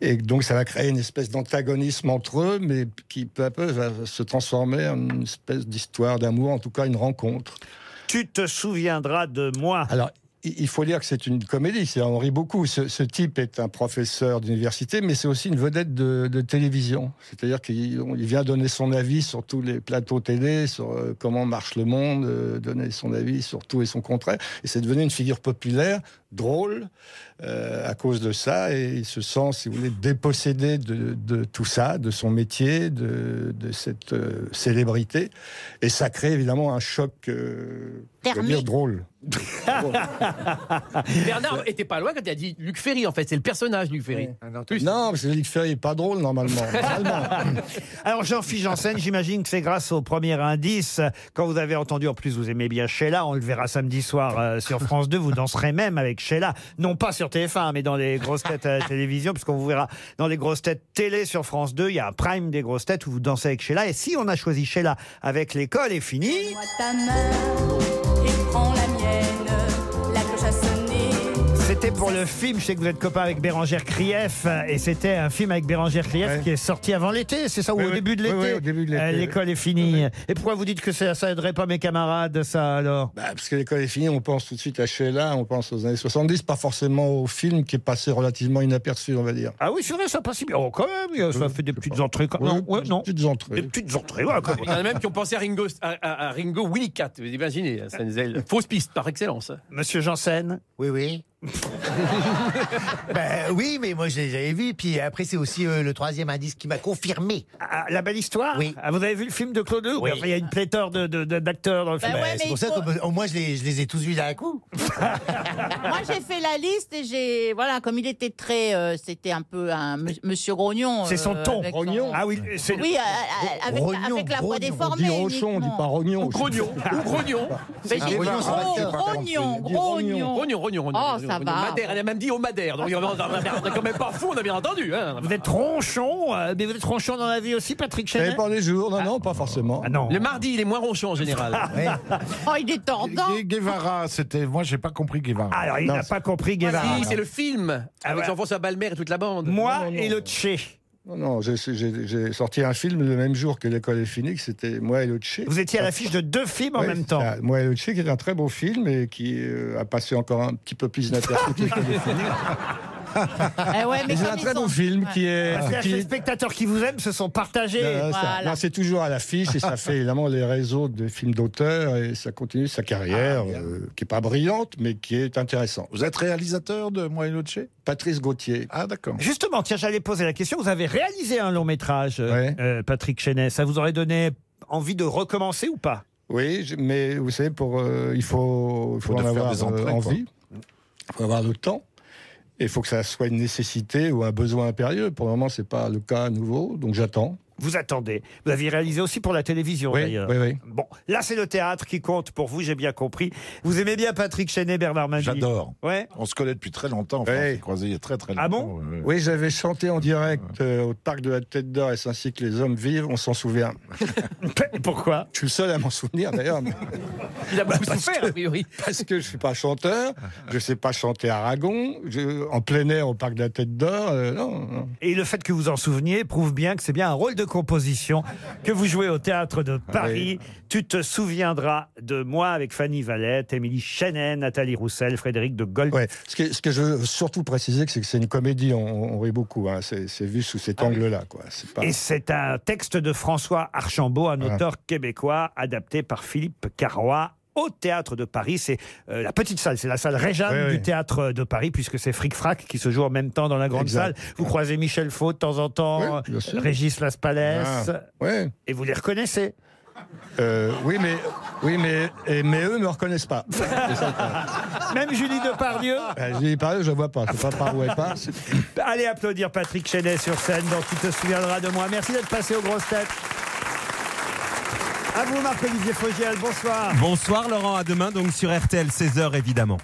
Et donc ça va créer une espèce d'antagonisme entre eux, mais qui peu à peu va se transformer en une espèce d'histoire d'amour, en tout cas une rencontre.
Tu te souviendras de moi.
Alors, i- il faut dire que c'est une comédie, c'est on rit beaucoup. Ce, ce type est un professeur d'université, mais c'est aussi une vedette de, de télévision. C'est-à-dire qu'il on- il vient donner son avis sur tous les plateaux télé, sur euh, comment marche le monde, euh, donner son avis sur tout et son contraire. Et c'est devenu une figure populaire, drôle, euh, à cause de ça. Et il se sent, si vous voulez, dépossédé de, de tout ça, de son métier, de, de cette euh, célébrité. Et ça crée évidemment un choc, euh, je dois dire,
Thermique.
drôle.
Bernard était pas loin quand il a dit Luc Ferry, en fait. C'est le personnage, Luc Ferry.
Non, parce que Luc Ferry n'est pas drôle normalement.
Alors Jean-Philippe Janssen, j'imagine que c'est grâce au premier indice. Quand vous avez entendu, en plus vous aimez bien Sheila, on le verra samedi soir euh, sur France 2, vous danserez même avec Sheila. Non pas sur TF1, mais dans les grosses têtes à la télévision, puisqu'on vous verra dans les grosses têtes télé sur France 2, il y a un prime des grosses têtes où vous dansez avec Sheila. Et si on a choisi Sheila avec l'école est fini,
Moi ta main et prends la mienne, la cloche a sonné.
C'était pour le film, je sais que vous êtes copain avec Bérangère Krief, euh, et c'était un film avec Bérangère Krief qui est sorti avant l'été, c'est ça, ou
Oui,
au,
oui.
début de
Oui,
l'été
oui, au début de l'été,
Euh,
oui.
L'école est finie. Et pourquoi vous dites que ça ça aiderait pas mes camarades, ça alors
Bah, parce que l'école est finie, on pense tout de suite à Sheila, on pense aux années 70, pas forcément au film qui est passé relativement inaperçu, on va dire.
Ah oui, c'est vrai, ça passe si bien. Oh, quand même, ça fait des petites entrées. quand- Non, ouais, non. Des
petites entrées.
Des petites entrées, ouais, quand
Il y en
même.
a même qui ont pensé à Ringo, à, à- à Ringo Willy Cat. Vous imaginez, hein, ça nous est- fausse piste par excellence. hein.
Monsieur Janssen
Oui, oui. ben oui, mais moi je les avais vus. Puis après, c'est aussi euh, le troisième indice qui m'a confirmé.
Ah, la belle histoire
Oui.
Ah, vous avez vu le film de Claude Leroux
Oui.
Enfin, Il y a une pléthore d'acteurs de, de- d'acteurs dans le film.
Ben, c'est pour ça qu'au moins je les, je les ai tous vus d'un coup.
Moi, j'ai fait la liste et j'ai. Voilà, comme il était très. euh, C'était un peu un m- monsieur grognon.
C'est son
euh,
ton.
avec
Grognon.
son-
Ah oui, c'est le-
Oui, euh, euh, avec,
Grognon,
avec la voix
grognon.
On dit
déformée.
Rochon, on dit
uniquement.
pas Rognon.
Ou Grognon, ou
Ah,
Grognon.
Mais j'ai dit
bah, oh, Grognon, ça va
gros,
faire.
grognon,
Il dit Rognon,
grognon.
Rognon, Rognon.
Oh,
Rognon,
ça
Rognon.
va.
Madère, elle a même dit au Madère. Donc, on n'est quand même pas fou, on a bien entendu. hein.
Vous êtes ronchon, euh, mais vous êtes ronchon dans la vie aussi, Patrick
Ça
Chenet
dépend des jours, non, non, pas forcément.
Ah. non.
Le mardi, il est moins ronchon en général.
Oh, il est tordant.
Gu- Guevara, c'était. Moi, j'ai pas compris Guevara.
Ah, Alors, il n'a pas
Ah,
compris Guevara.
Si, c'est le film avec
ouais.
Jean-François Balmer et toute la bande.
Ah, Moi et le Tché.
Non, non, j'ai- j'ai j'ai sorti un film le même jour que l'école est finie, que c'était Moi et le Tché.
Vous étiez à l'affiche de deux films en
Ouais,
même temps.
c'est ça. Moi et le Tché, qui est un très beau film et qui euh, a passé encore un petit peu plus inaperçu que l'école est finie.
Eh ouais, mais
Mais c'est
comme
un
ils
très
sont-
bon film qui est.
Parce que
qui
les
est-
spectateurs qui vous aiment se sont partagés.
Non, ça-
Voilà.
non, c'est toujours à l'affiche et ça fait évidemment les réseaux de films d'auteurs et ça continue sa carrière euh, qui est pas brillante mais qui est intéressante.
Ah, Vous êtes réalisateur de Moi et Loche
Patrice Gauthier.
Ah, d'accord.
Justement, tiens, j'allais poser la question. Vous avez réalisé un long métrage, euh, euh, Patrick Chenet. Ça vous aurait donné envie de recommencer ou pas
Oui, je- mais vous savez, pour euh, il faut, il faut
Faut de
en
faire
avoir
des
euh,
entrées, quoi.
envie, il faut avoir le temps. Et il faut que ça soit une nécessité ou un besoin impérieux. Pour le moment, c'est pas le cas à nouveau, donc j'attends.
Vous attendez. Vous aviez réalisé aussi pour la télévision,
Oui,
d'ailleurs.
oui, oui.
Bon, là, c'est le théâtre qui compte pour vous, j'ai bien compris. Vous aimez bien Patrick Chenet, Bernard Mabie
J'adore.
Ouais.
On se connaît depuis très longtemps. Enfin, On s'est croisés il y a très très longtemps.
Ah
ouais, ouais.
Oui, j'avais chanté en direct euh, au parc de la Tête d'Or, et c'est ainsi que les hommes vivent, on s'en souvient.
Pourquoi
Je suis le seul à m'en souvenir d'ailleurs. mais-
Il a beaucoup souffert, a priori.
Parce que je suis pas chanteur, je sais pas chanter Aragon, je- en plein air au parc de la Tête d'Or, euh, non, non.
Et le fait que vous en souveniez prouve bien que c'est bien un rôle de composition que vous jouez au théâtre de
Ah
Paris. Tu te souviendras de moi avec Fanny Valette, Émilie Chenet, Nathalie Roussel, Frédéric de Gaulle.
Ouais. Ce, que, ce que je veux surtout préciser, c'est que c'est une comédie, on, on rit beaucoup, hein. c'est c'est vu sous
Ah
cet angle-là. quoi. C'est pas-
Et c'est un texte de François Archambault, un auteur québécois, adapté par Philippe Carrois au Théâtre de Paris. C'est euh, la petite salle, c'est la salle Réjeanne
Oui, oui.
du Théâtre de Paris, puisque c'est Fric Frac qui se joue en même temps dans la grande
Exact.
salle. Vous croisez Michel Faux de temps en temps, euh,
Oui, bien sûr.
Régis Laspalès,
Ah, ouais.
et vous les reconnaissez.
Euh, oui, mais, oui mais, et- mais eux ne me reconnaissent pas.
Même Julie Depardieu.
Euh, je dis par eux, je ne vois pas, je ne sais pas par où elle passe.
Allez applaudir Patrick Chenet sur scène dans Tu te souviendras de moi. Merci d'être passé aux grosses têtes.
À vous, Marc-Olivier Fogiel, bonsoir.
Bonsoir Laurent, à demain donc sur RTL 16h évidemment.